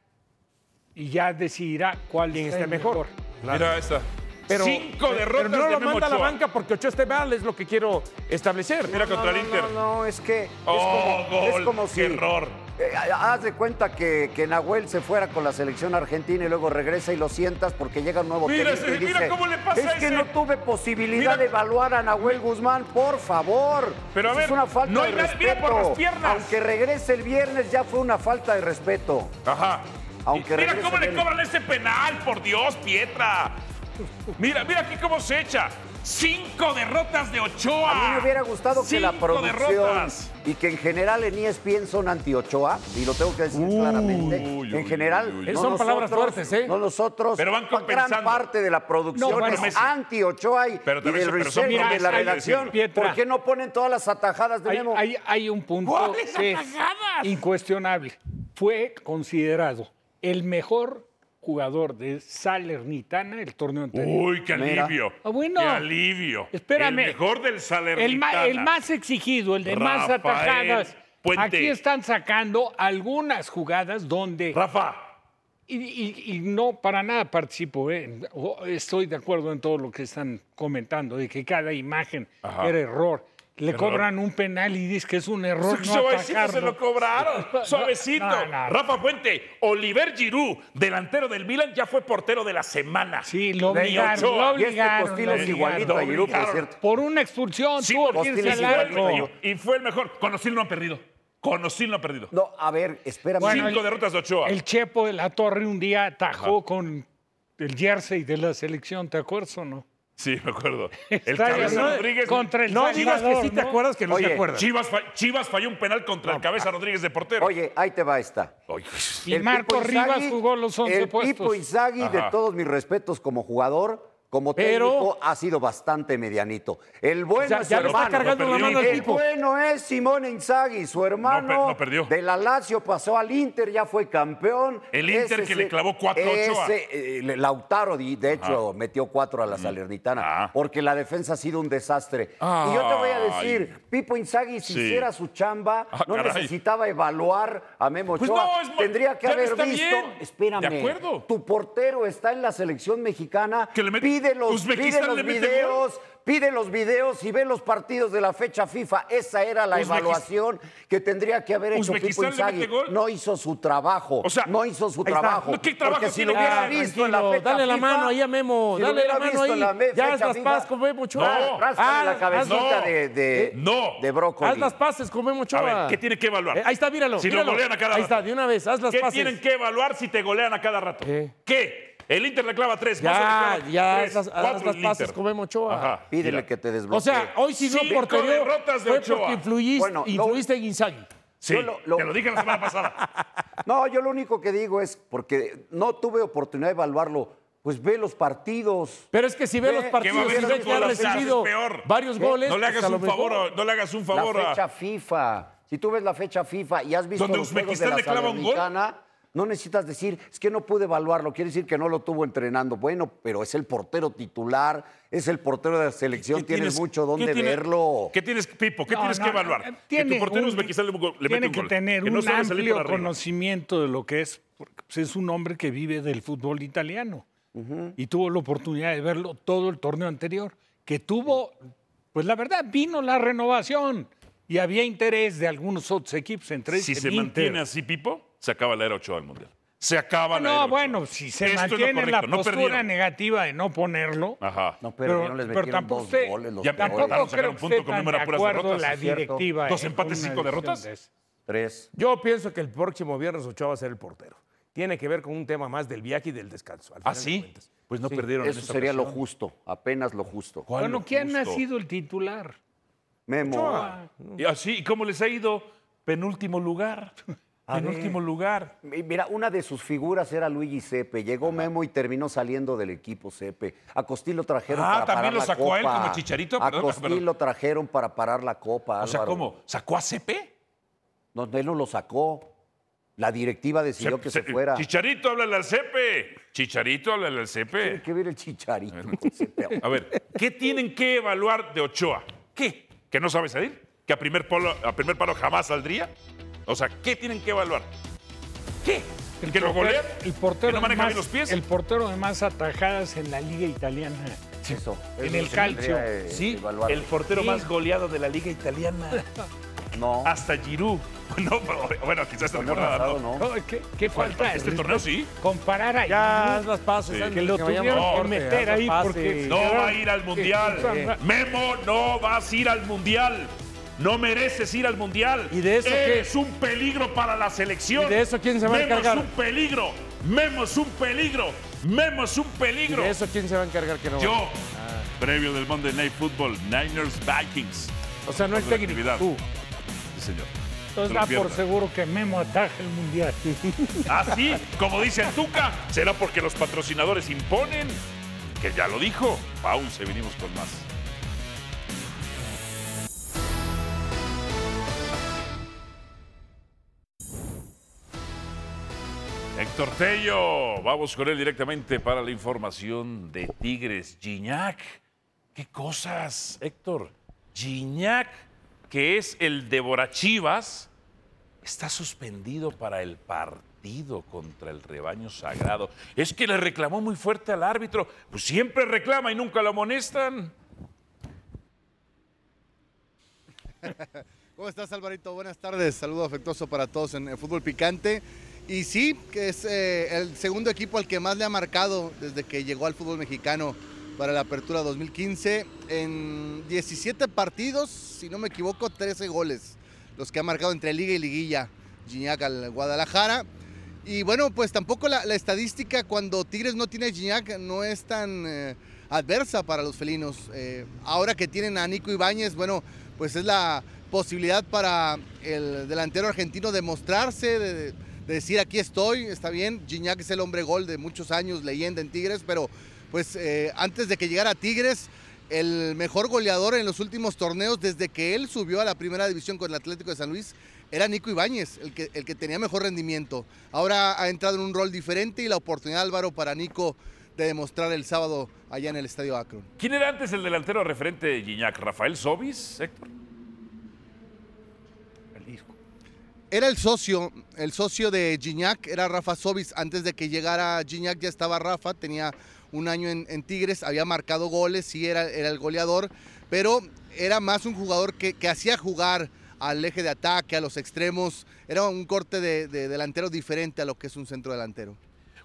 D: y ya decidirá cuál
E: Quien
D: es
E: esté
D: el
E: mejor. Claro.
B: Mira esta.
E: Pero-
B: Cinco
E: pero-
B: derrotas
E: Pero no
B: de
E: lo
B: Memo
E: manda a la
B: Ochoa.
E: banca porque Ochoa esté mal, es lo que quiero establecer.
B: Mira contra el Inter.
C: No, no, es que. es
B: Oh,
C: como-
B: gol,
C: Es como
B: qué
C: si.
B: error.
C: Eh, haz de cuenta que, que Nahuel se fuera con la selección argentina y luego regresa y lo sientas porque llega un nuevo
B: Mira
C: técnico y
B: ese- mira
C: dice,
B: cómo le pasa
C: Es
B: a
C: que
B: ese".
C: no tuve posibilidad
B: Mira.
C: de evaluar a Nahuel Guzmán, por favor.
B: Pero a
C: Eso
B: ver,
C: es una falta
B: no
C: de
B: hay nada-
C: respeto.
B: mira por las piernas.
C: Aunque regrese el viernes ya fue una falta de respeto.
B: Ajá.
C: Aunque
B: mira
C: regrese
B: cómo le
C: bien.
B: cobran ese penal, por Dios, Pietra. Mira, mira aquí cómo se echa. Cinco derrotas de Ochoa.
C: A mí me hubiera gustado que la
B: Cinco
C: producción
B: derrotas.
C: y que en general en E ESPN son anti-Ochoa, y lo tengo que decir claramente.
B: uy, uy,
C: en general,
B: uy, uy.
E: Esas son palabras fuertes, ¿eh?
C: No nosotros,
B: Pero van
C: una
B: compensando.
C: gran parte de la producción
D: No, bueno,
C: es
B: Messi.
C: anti-Ochoa y,
B: Pero
C: y
B: también
C: del
B: son- pero son
C: research y de
B: miradas,
C: la
B: hay que
C: redacción.
B: decirlo.
D: Pietra.
C: ¿Por qué no ponen todas las atajadas de
D: Hay,
C: Memo?
D: hay- hay un punto
B: ¿Cuáles
D: que es
B: atajadas?
D: incuestionable. Fue considerado el mejor jugador de Salernitana el torneo anterior.
B: Uy, qué
C: Mira.
B: alivio.
D: Ah, bueno.
B: Qué alivio.
D: Espérame.
B: El mejor del Salernitana.
D: El, ma- el más exigido, el de más
B: Rafael
D: atajadas.
B: Puente.
D: Aquí están sacando algunas jugadas donde...
B: Rafa,
D: Y, y- y no para nada participo, ¿eh? O- estoy de acuerdo en todo lo que están comentando, de que cada imagen
B: Ajá.
D: era error. Le
B: Error.
D: cobran un penal y dice que es un error. No
B: Suavecito se
D: atajarlo.
B: lo cobraron.
D: No,
B: Suavecito.
D: no, no.
B: Rafa Puente, Oliver Giroud, delantero del Milan, ya fue portero de la semana.
D: Sí, lo
B: Ni
D: obligaron.
B: Ochoa.
D: Lo
C: y este
D: obligaron.
C: Costil
D: lo
C: es igualito a
D: obligaron.
C: Giroud, por
B: obligaron.
C: cierto.
D: Por una expulsión,
B: Sí,
D: tuvo que
B: Costil
D: irse
C: es
D: al
C: igualito
D: arco.
C: a Giroud.
B: Y fue el mejor. Con Osil no han perdido. Con Osil no han perdido.
C: No, a ver, espérame.
D: Bueno,
B: Cinco
D: el-
B: derrotas de Ochoa.
D: El Chepo de la Torre un día atajó con el jersey de la selección, ¿te acuerdas o no?
B: Sí, me acuerdo. El
D: Está
B: Cabeza
D: bien, ¿no?
B: Rodríguez.
D: Contra el
E: No digas que
D: Salvador,
E: sí te
D: ¿no?
E: acuerdas que no te
C: Oye,
E: acuerdas.
B: Chivas, fa- Chivas falló un penal contra el Cabeza Rodríguez de portero.
C: Oye, ahí te va esta.
B: Ay,
D: Y
C: El
D: Marco
C: Pipo Inzaghi-
D: Rivas jugó los 11
C: El
D: puestos.
C: Pipo Inzaghi, de
B: Ajá.
C: todos mis respetos como jugador, Como
E: Pero-
C: técnico ha sido bastante medianito. El bueno
E: O sea,
C: es su
E: ya lo está
C: hermano.
E: cargando
B: No la perdió. mano al
C: el
E: tipo.
C: bueno es Simone Inzaghi, su hermano.
B: no perdió.
C: De la Lazio pasó al Inter, ya fue campeón.
B: El Inter que le clavó cuatro a Ochoa.
C: ese, eh, le- Lautaro, di- de hecho, metió cuatro a la Salernitana.
B: Ah.
C: Porque la defensa ha sido un desastre. Y yo te voy a decir, Pipo Inzaghi, si
B: Sí.
C: hiciera su chamba,
B: Ah,
C: no
B: caray.
C: necesitaba evaluar a Memo
B: Pues
C: Ochoa.
B: no, es mo-
C: Tendría que
B: ya
C: haber
B: está
C: visto.
B: bien.
C: Espérame.
B: De acuerdo.
C: Tu portero está en la selección mexicana.
B: Que le mete-
C: pide los,
B: Uzbekistán
C: pide los
B: le mete gol.
C: videos videos, pide los videos y ve los partidos de la fecha FIFA. Esa era la
B: Uzbekis-
C: evaluación que tendría que haber hecho Pipo
B: Uzbekistán le
C: Inzaghi.
B: mete gol.
C: No hizo su trabajo.
B: O sea,
C: no hizo su
E: ahí está.
C: trabajo.
B: ¿Qué trabajo
C: Porque si
B: tiene
C: lo hubiera
B: que hacer?
C: visto en la
E: Tranquilo,
C: fecha
E: dale la
C: FIFA,
E: mano ahí a Memo,
C: si lo
E: dale la
C: hubiera
E: mano
C: visto
E: ahí.
C: en la me-
E: Ya haz
C: fecha
E: las
C: FIFA,
E: paces con Memo Ochoa.
C: ra- ráspale
E: Ah,
C: la cabecita
B: no.
C: de, de,
B: No.
C: de brócoli.
E: Haz las paces con Memo Ochoa.
B: A ver, ¿qué tiene que evaluar?
E: Eh, ahí está, míralo.
B: Si lo
E: míralo.
B: golean a cada
E: Ahí
B: rato.
E: está, de una vez, haz las
B: ¿Qué
E: paces.
B: tienen que evaluar si te golean a cada rato?
E: ¿Qué?
B: ¿Qué? El Inter le clava tres. Mazo
E: Ya,
B: le clava
E: ya,
B: tres,
E: haz las, haz
B: cuatro
E: las
B: el
E: paces
B: Inter.
E: con Memo Ochoa.
B: Ajá,
C: Pídele
B: mira.
C: que te desbloquee.
E: O sea, hoy si no
B: Cinco
E: portería
B: derrotas de
E: fue
B: Ochoa.
E: porque influiste,
C: Bueno, lo-
E: influiste en Inzaghi.
B: Sí,
C: yo lo- lo-
B: te lo dije la semana pasada.
C: No, yo lo único que digo es, porque no tuve oportunidad de evaluarlo, pues ve los partidos.
E: Pero es que si ve
C: Ve
E: los
C: que
E: partidos
C: va a
E: y
C: haber
E: ve que ha
C: gol, o sea, es
E: recibido
B: peor.
E: varios goles,
B: No le hagas
E: pues a lo
B: un favor,
E: mejor-
B: a- no le hagas un favor
C: La
B: a...
C: fecha FIFA. Si tú ves la fecha FIFA y has visto
B: Donde
C: los juegos de
B: Uzbekistán
C: la
B: le clava un gol.
C: Salernitana, no necesitas decir, es que no pude evaluarlo, quiere decir que no lo tuvo entrenando. Bueno, pero es el portero titular, es el portero de la selección,
B: ¿Qué
C: tienes, mucho
B: qué
C: donde
B: tiene-
C: verlo.
B: ¿Qué tienes, Pipo? ¿Qué
D: No,
B: tienes
D: no,
B: que
D: no,
B: evaluar?
D: eh,
B: que
D: tiene
B: tu portero
D: un-
B: Uzbekistán le, le mete
D: tiene
B: un
D: que
B: gol,
D: tener
B: que no
D: un
B: sabe salir por
D: amplio
B: arriba.
D: conocimiento de lo que es, porque pues, es un hombre que vive del fútbol italiano y tuvo la oportunidad de verlo todo el torneo anterior, que tuvo, pues la verdad, vino la renovación y había interés de algunos otros equipos, entre
B: Si
D: ellos
B: se
D: el Inter.
B: mantiene así, Pipo, se acaba la era 8 del Mundial. Se acaba la era
D: No,
B: Ochoa.
D: bueno, si se
B: Esto es lo
D: mantiene la
B: correcto, no
D: postura
B: perdieron.
D: negativa de no ponerlo,
B: Ajá.
C: No perdieron, les metieron
D: tampoco
C: dos
D: usted-
C: goles, los
B: Ya
C: peores.
B: empezaron
D: tampoco
B: a sacar
D: creo
B: un
D: que
B: punto
D: esté
B: que no
D: tan
B: era
D: de
B: puras
D: acuerdo
B: derrotas,
D: la
B: es cierto.
D: directiva.
B: Dos
D: en
B: empates,
D: una
B: cinco
D: decisión
B: derrotas.
D: de esas.
C: Tres.
E: Yo pienso que el próximo viernes Ochoa va a ser el portero. Tiene que ver con un tema más del viaje y del descanso. al
B: ¿Ah,
E: final de
B: sí?
E: cuentas.
B: Pues no
E: Sí.
B: perdieron en
C: Eso
B: esta
C: sería lo
B: ocasión.
C: justo, apenas lo justo.
B: ¿Cuál
D: Bueno,
B: lo
D: ¿quién ha
B: justo?
D: sido el titular?
C: Memo.
B: Y así, Ah, ¿y cómo les ha ido? Penúltimo lugar. Penúltimo lugar.
C: Mi- Mira, una de sus figuras era Luigi Sepe. Llegó Memo y terminó saliendo del equipo Sepe. A Costil lo trajeron
B: Ah,
C: para parar
B: ¿también lo
C: la
B: sacó
C: copa.
B: a él como Chicharito?
C: A
B: Perdón,
C: Costil
B: perdón.
C: lo trajeron para parar la copa.
B: O sea,
C: Álvaro.
B: ¿cómo? ¿Sacó a CP?
C: No, él no lo sacó. La directiva decidió que se, fuera.
B: Chicharito, háblale al Cepe. Chicharito, háblale al Cepe.
C: Tiene que ver el chicharito. con Sepe.
B: A ver, ¿qué tienen que evaluar de Ochoa? ¿Qué? ¿Que no sabe salir? ¿Que a primer, palo, a primer palo jamás saldría? O sea, ¿qué tienen que evaluar? ¿Qué? ¿El ¿Que lo golea?
D: El portero,
B: ¿Que no maneja
D: más-
B: bien los pies?
D: el portero de más atajadas en la liga italiana.
C: Eso,
D: En
C: eso
D: el
C: se
D: calcio.
C: tendría, eh,
B: Sí,
C: evaluarlo.
B: el portero más goleado de la liga italiana.
C: No,
B: Hasta Giroud. No, bueno, quizás esta
C: torneo
B: temporada
C: pasado
B: no.
C: no.
D: No, ¿Qué, qué falta? de
B: Este
D: respeto?
B: torneo sí.
D: pues, Comparar a
E: Ya, haz
D: Giroud,
E: las paces. antes
D: que
E: de
D: lo
E: vayamos
D: tuvieron
E: a
B: no,
D: que
E: corte, haz
D: meter
E: las
D: ahí
E: paces.
D: porque...
B: No
D: quedaron-
B: va a ir al mundial. Eh,
D: Sí.
B: Memo, no vas a ir al mundial. No mereces ir al mundial.
E: ¿Y de eso qué?
B: Eres un peligro para la selección.
E: ¿Y de eso quién se va a
B: Memo
E: encargar?
B: es un peligro. Memo es un peligro. Memo es un
E: ¿Y
B: peligro.
E: de eso quién se va a encargar que no?
B: Yo,
E: vaya?
B: previo del Monday Night Football, Niners Vikings.
E: O sea, no el
B: Con
E: técnico,
B: actividad.
E: tú.
B: Sí, señor.
D: Entonces
B: No
D: da
B: lo
D: por
B: pierdas.
D: seguro que Memo ataja el Mundial.
B: Así, Ah, como dice el Tuca, será porque los patrocinadores imponen. Que ya lo dijo. Pausa, y venimos con más. Héctor Tello, vamos con él directamente para la información de Tigres. Giñac, qué cosas, Héctor. Giñac, que es el de Borachivas, está suspendido para el partido contra el rebaño sagrado. Es que le reclamó muy fuerte al árbitro. Pues siempre reclama y nunca lo amonestan.
J: ¿Cómo estás, Alvarito? Buenas tardes. Saludo afectuoso para todos en el Fútbol Picante. Y sí, que es eh, el segundo equipo al que más le ha marcado desde que llegó al fútbol mexicano para la apertura 2015. En 17 partidos, si no me equivoco, 13 goles. Los que ha marcado entre Liga y Liguilla, Gignac al Guadalajara. Y bueno, pues tampoco la, la estadística cuando Tigres no tiene a Gignac no es tan eh, adversa para los felinos. Eh, ahora que tienen a Nico Ibáñez, bueno, pues es la posibilidad para el delantero argentino de mostrarse, de, de decir aquí estoy, está bien. Gignac es el hombre gol de muchos años, leyenda en Tigres, pero pues eh, antes de que llegara a Tigres, el mejor goleador en los últimos torneos desde que él subió a la primera división con el Atlético de San Luis era Nico Ibáñez, el que, el que tenía mejor rendimiento. Ahora ha entrado en un rol diferente y la oportunidad, Álvaro, para Nico de demostrar el sábado allá en el Estadio Akron.
B: ¿Quién era antes el delantero referente de Gignac? ¿Rafael Sobis, Héctor?
J: Era el socio, el socio de Gignac, era Rafa Sobis. Antes de que llegara Gignac ya estaba Rafa, tenía un año en, en Tigres, había marcado goles, sí era, era el goleador, pero era más un jugador que, que hacía jugar al eje de ataque, a los extremos. Era un corte de, de delantero diferente a lo que es un centro delantero.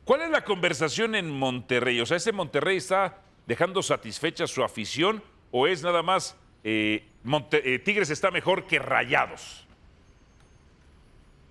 B: ¿Cuál es la conversación en Monterrey? O sea, ¿ese Monterrey está dejando satisfecha su afición o es nada más eh, Monte- eh, Tigres está mejor que Rayados?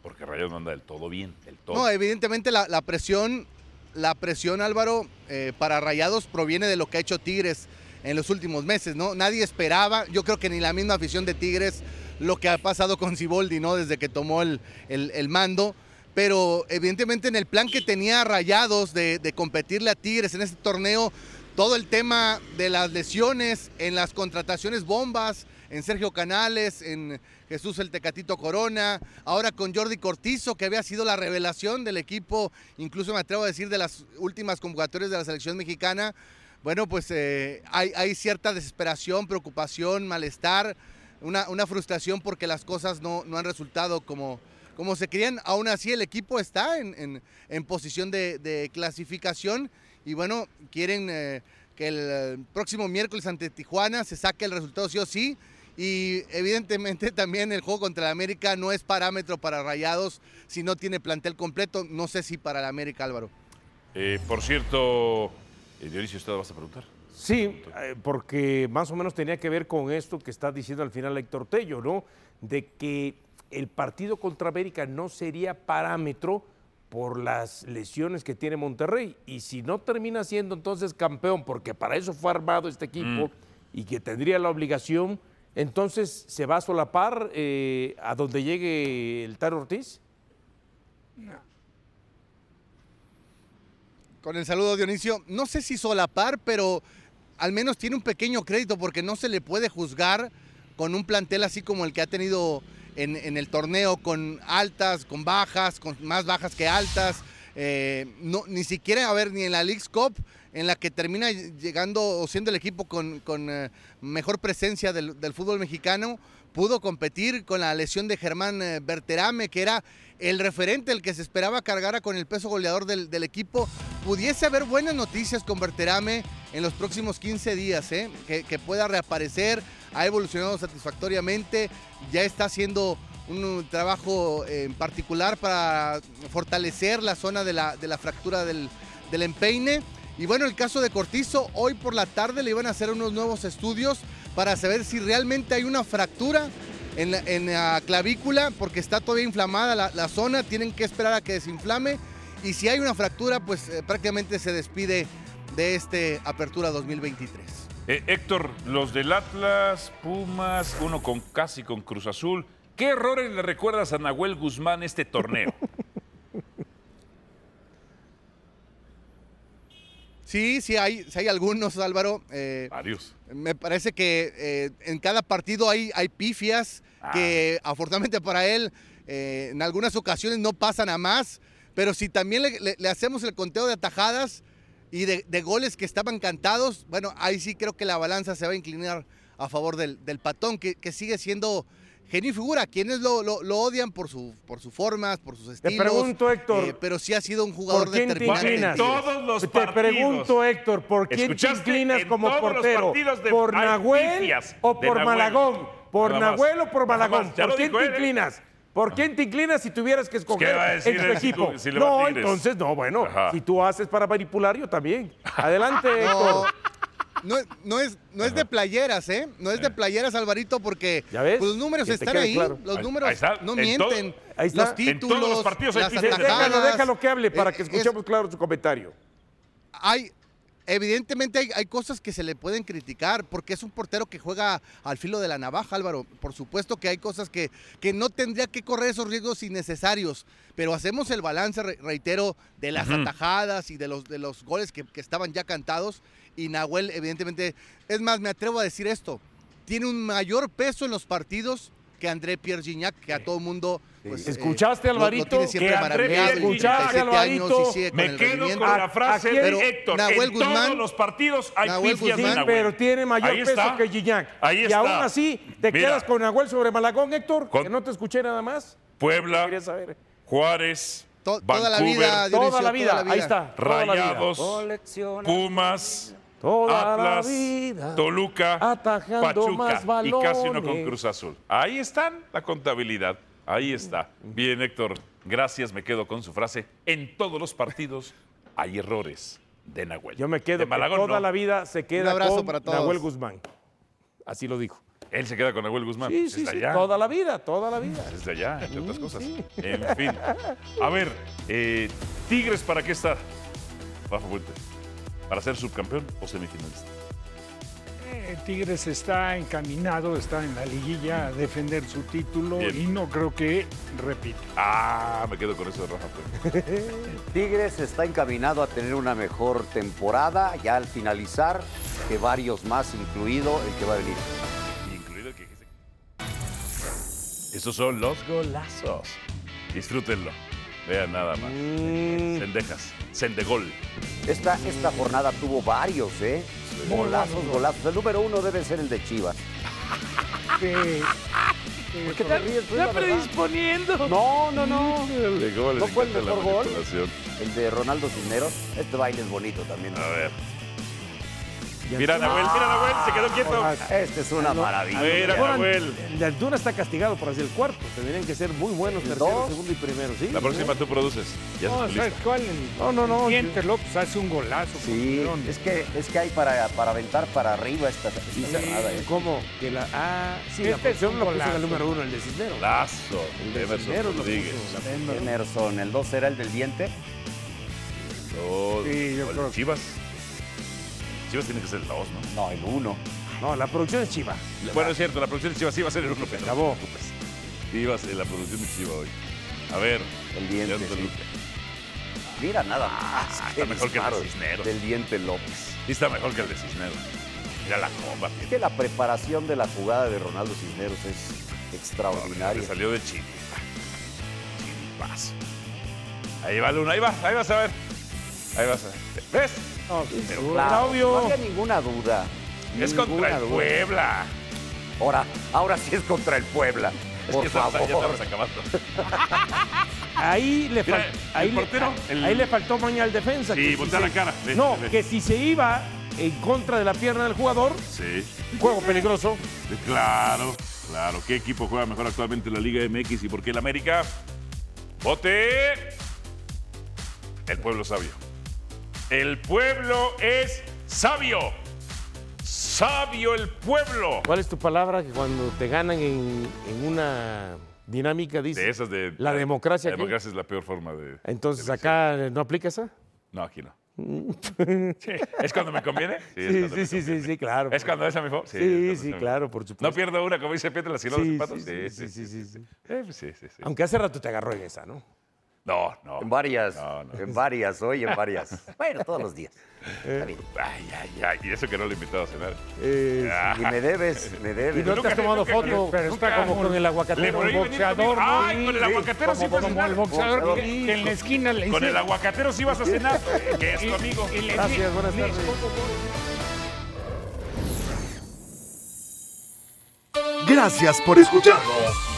B: Porque Rayados no anda del todo bien, del todo.
J: No, evidentemente la, la presión, la presión, Álvaro, eh, para Rayados proviene de lo que ha hecho Tigres en los últimos meses, ¿no? Nadie esperaba, yo creo que ni la misma afición de Tigres, lo que ha pasado con Ciboldi, ¿no? Desde que tomó el, el- el mando. Pero evidentemente en el plan que tenía Rayados de, de competirle a Tigres en este torneo, todo el tema de las lesiones, en las contrataciones bombas, en Sergio Canales, en Jesús el Tecatito Corona, ahora con Jordi Cortizo, que había sido la revelación del equipo, incluso me atrevo a decir de las últimas convocatorias de la selección mexicana. Bueno, pues eh, hay, hay cierta desesperación, preocupación, malestar, una, una frustración porque las cosas no, no han resultado como, como se querían. Aún así, el equipo está en, en- en posición de, de clasificación y bueno, quieren eh, que el eh, próximo miércoles ante Tijuana se saque el resultado sí o sí. Y evidentemente también el juego contra el América no es parámetro para Rayados si no tiene plantel completo. No sé si para el América, Álvaro.
B: Eh, por cierto, eh, Dionisio, ¿usted lo vas a preguntar?
E: Sí, eh, porque más o menos tenía que ver con esto que está diciendo al final Héctor Tello, ¿no? De que el partido contra América no sería parámetro por las lesiones que tiene Monterrey. Y si no termina siendo entonces campeón, porque para eso fue armado este
B: Mm.
E: equipo y que tendría la obligación, entonces se va a solapar eh, a donde llegue el Taro Ortiz.
J: Con el saludo, Dionisio. No sé si solapar, pero al menos tiene un pequeño crédito porque no se le puede juzgar con un plantel así como el que ha tenido en, en el torneo, con altas, con bajas, con más bajas que altas. Eh, no, ni siquiera, a ver, ni en la League's Cup, en la que termina llegando o siendo el equipo con, con, eh, mejor presencia del, del fútbol mexicano, pudo competir con la lesión de Germán eh, Berterame, que era el referente, el que se esperaba cargara con el peso goleador del, del equipo. Pudiese haber buenas noticias con Berterame en los próximos 15 días, ¿eh? que, que pueda reaparecer, ha evolucionado satisfactoriamente, ya está haciendo un trabajo eh, en particular para fortalecer la zona de la, de la fractura del, del empeine. Y bueno, el caso de Cortizo, hoy por la tarde le iban a hacer unos nuevos estudios para saber si realmente hay una fractura en la, en la clavícula, porque está todavía inflamada la, la zona, tienen que esperar a que desinflame. Y si hay una fractura, pues eh, prácticamente se despide de este Apertura 2023.
B: Eh, Héctor, los del Atlas, Pumas, uno con casi con Cruz Azul. ¿Qué errores le recuerdas a Nahuel Guzmán este torneo?
J: Sí, sí hay, sí hay algunos, Álvaro. Eh,
B: Adiós.
J: me parece que eh, en cada partido hay, hay pifias
E: Ah.
J: que afortunadamente para él eh, en algunas ocasiones no pasan a más, pero si también le, le- le hacemos el conteo de atajadas y de, de goles que estaban cantados, bueno, ahí sí creo que la balanza se va a inclinar a favor del, del patón, que, que sigue siendo genio y figura. Quienes lo, lo- lo odian por, su, por sus formas, por sus estilos. eh,
E: pregunto, Héctor,
J: pero sí ha sido un jugador
E: ¿Por quién te
J: determinante. en
E: inclinas?
J: Tigres.
B: Todos los
E: te
B: partidos.
E: pregunto, Héctor, ¿por quién te
B: ¿Escuchaste?
E: inclinas
B: En
E: como
B: todos los
E: portero?
B: partidos de-
E: ¿Por
B: hay
E: Nahuel
B: pifias
E: o
B: de
E: por
B: Nahuel.
E: Malagón? ¿Por
B: Nada más.
E: Nahuel o por
B: Nada
E: Malagón?
B: más, ya
E: ¿Por
B: lo
E: quién
B: dijo
E: te
B: él, ¿eh?
E: inclinas? ¿Por quién te inclinas si tuvieras que escoger
B: pues, va a decir
E: en tu
B: él si
E: equipo?
B: tú- si le va a
E: no,
B: Tigres?
E: entonces no, bueno,
B: Ajá.
E: si tú haces para manipular, yo también. Adelante,
J: No,
E: Héctor.
J: no, es- no es, no es de playeras, ¿eh? No es de playeras, Alvarito, porque
E: ¿Ya ves?
J: pues, los números
E: Que te
J: están
E: quede
J: ahí.
E: claro.
J: Los
B: Ahí-
J: números
B: ahí está,
J: no
B: en todo-
J: mienten.
E: ahí está.
J: Los
B: En
J: títulos,
B: todos los partidos hay
J: las
B: pifias de
J: atajadas.
E: Déjalo, déjalo que hable para
J: Es-
E: que
J: es-
E: escuchemos claro su comentario.
J: hay, Evidentemente hay, hay cosas que se le pueden criticar porque es un portero que juega al filo de la navaja, Álvaro. Por supuesto que hay cosas que, que no tendría que correr esos riesgos innecesarios, pero hacemos el balance, re- reitero, de las atajadas y de los, de los goles que, que estaban ya cantados y Nahuel evidentemente, es más, me atrevo a decir esto, tiene un mayor peso en los partidos que André Pierre Gignac, que a todo mundo... pues, eh,
E: ¿Escuchaste,
J: lo- lo
E: Alvarito?
J: tiene siempre
B: Que André
J: maravillado,
B: Pierre
J: y 37
B: Gignac,
J: años y
E: Alvarito,
J: sigue con
B: Me
J: el
B: quedo
J: rendimiento.
B: con la
E: Aquí
B: frase
J: pero
B: de Héctor.
J: Nahuel
B: en todos
J: Guzmán-
B: los partidos hay
J: Nahuel
B: pifias de
J: Guzmán-
B: Nahuel.
E: pero tiene mayor
B: Ahí
E: peso
B: está.
E: que Gignac.
B: Ahí
E: Y
B: está.
E: aún así, te
B: Mira,
E: quedas con Nahuel sobre Malagón, Héctor,
B: Con-
E: que no te escuché nada más. Quería
B: Puebla,
E: saber.
B: Juárez,
J: To-
B: Vancouver,
J: toda la vida, Dionisio,
E: Toda la, vida, ahí está. toda la vida.
B: Rayados, Pumas,
E: Toda la
B: Atlas,
E: vida.
B: Toluca,
E: atajando
B: Pachuca
E: más
B: y casi uno con
E: balones.
B: Cruz Azul. Ahí están la contabilidad. Ahí está. Bien, Héctor. Gracias, me quedo con su frase. En todos los partidos hay errores de Nahuel.
E: Yo me quedo
B: De
E: que
B: Malagón, no.
E: toda la vida se queda
J: abrazo
E: con
J: para todos.
E: Nahuel Guzmán. Así lo dijo.
B: Él se queda con Nahuel Guzmán.
E: Sí, sí,
B: Desde
E: sí.
B: allá.
E: Toda la vida, toda la vida.
B: Desde allá, entre otras cosas. En fin. A ver, eh, Tigres, ¿para qué está? Rafa Fuentes. ¿Para ser subcampeón o semifinalista?
D: Eh, Tigres está encaminado, está en la liguilla a defender su título
B: Bien.
D: y no creo que repita.
B: Ah, me quedo con eso de Rafa Fuentes.
C: Tigres está encaminado a tener una mejor temporada ya al finalizar que varios más, incluido el que va a venir.
B: Incluido el que Estos son los golazos. Disfrútenlo. Vean nada más. Sendejas. Sendegol.
C: Mm. Esta, esta jornada tuvo varios, ¿eh? Golazos, golazos. El número uno debe ser el de Chivas.
D: Que-
C: ¿Qué te ríes? Pues, la verdad. No, no, no.
B: Sendegol.
C: ¿No fue el mejor gol? El de Ronaldo Cisneros. Este baile es bonito también.
B: A ver. Mira, Nahuel, mira, Nahuel, se quedó quieto.
C: Este es una maravilla.
B: Mira, Nahuel.
E: De altura está castigado por hacer el cuarto. Tendrían que ser muy buenos tercero,
C: Dos.
E: segundo y primero, ¿sí?
B: La próxima tú produces. Ya
D: No,
B: estás
D: ¿sabes
B: listo.
D: cuál?
E: No, no, no.
D: Diente López hace un golazo.
C: Sí,
D: campeón.
C: es que, es que hay para, para aventar para arriba esta, esta cerrada, ¿eh?
E: ¿Cómo? Que la, ah, sí, la
D: Este es
E: posición
D: un
E: lo puso en
D: golazo.
E: el número uno, el de Cisneros.
B: Lazo.
E: El de Cisneros
B: Emerson
E: lo
B: Rodríguez.
E: puso.
C: Emerson, el 2 era el del diente.
B: Dos.
D: Sí, yo
B: O el
D: creo que-
B: Chivas. Chivas tiene que ser la dos, ¿no?
C: No, el 1.
E: No, la producción es chiva.
B: Bueno, es cierto, la producción de Chivas sí va a ser el uno, pero
E: acabó.
B: no te preocupes. Chivas, eh, la producción de Chivas hoy. A ver.
C: El diente,
B: Leandro
C: sí.
B: Luque.
C: Mira, nada más.
B: Ah, está
C: Qué
B: mejor que el de
C: disparo
B: Cisneros.
C: Del diente López.
B: Sí está mejor que el de Cisneros. Mira la comba.
C: Es que la preparación de la jugada de Ronaldo Cisneros es
B: Le
C: extraordinaria.
B: salió de chile. Chilipazo. Ahí va Luna, ahí va, ahí vas a ver. Ahí vas a ver. ¿Ves? Pero
C: Claro,
E: obvio.
C: No había ninguna duda.
B: es
C: ninguna
B: contra el
C: duda.
B: Puebla.
C: Ahora, ahora sí es contra el Puebla.
B: Es
C: Por
B: que ya
C: favor.
B: estamos- ya estamos acabando.
E: Ahí le, fal-
B: Mira, el
E: ahí, le-
B: portero, el-
E: ahí le faltó maña al defensa.
B: Sí,
E: que si
B: voltea
E: se-
B: la cara. Ve,
E: No,
B: ve, ve.
E: que si se iba en contra de la pierna del jugador,
B: Sí.
E: juego peligroso.
B: Claro, claro. ¿Qué equipo juega mejor actualmente en la Liga MX y por qué el América? ¡Vote! El pueblo sabio. El pueblo es sabio. Sabio el pueblo.
E: ¿Cuál es tu palabra que cuando te ganan en, en una dinámica dices?
B: De esas de.
E: La democracia
B: La
E: aquí.
B: democracia es la peor forma de.
E: Entonces, ¿acá no aplica esa?
B: No, aquí no. ¿Es cuando me conviene? es
E: Sí,
B: cuando me
E: sí, sí, sí,
B: conviene.
E: sí, claro.
B: ¿Es cuando es a mi favor?
E: Sí,
B: es cuando es a
E: sí,
B: mi
E: claro,
B: favor.
E: por
B: No
E: supuesto.
B: pierdo una, como dice Petra, la ciudad de los zapatos.
E: sí, sí, sí, sí, sí.
B: Eh, pues sí, sí, sí.
E: Aunque hace rato te agarró en esa, ¿no?
B: No, no.
C: En varias.
B: No, no. Eh,
C: En varias, hoy en varias. bueno, todos los días. Está bien.
B: Ay, ay, ay. Y eso que no lo he invitado a cenar.
E: Eh,
C: Y me debes, me debes.
E: y no te
B: Nunca-
E: has tomado
B: nunca-
E: foto,
D: pero está
E: como
D: como
E: con el
B: Le
E: aguacatero, el
B: prohíben ir conmigo.
E: boxeador. ¿no?
B: Ay, con el
E: Sí.
B: aguacatero sí puedes
D: Como
B: cenar.
D: el boxeador
C: Boxeador.
D: que, que en la esquina le
B: Con
D: dice-
B: el aguacatero sí vas a cenar, que es tu amigo.
D: y le-
E: Gracias, buenas
D: le-
E: tardes.
A: Gracias por escucharnos.
E: E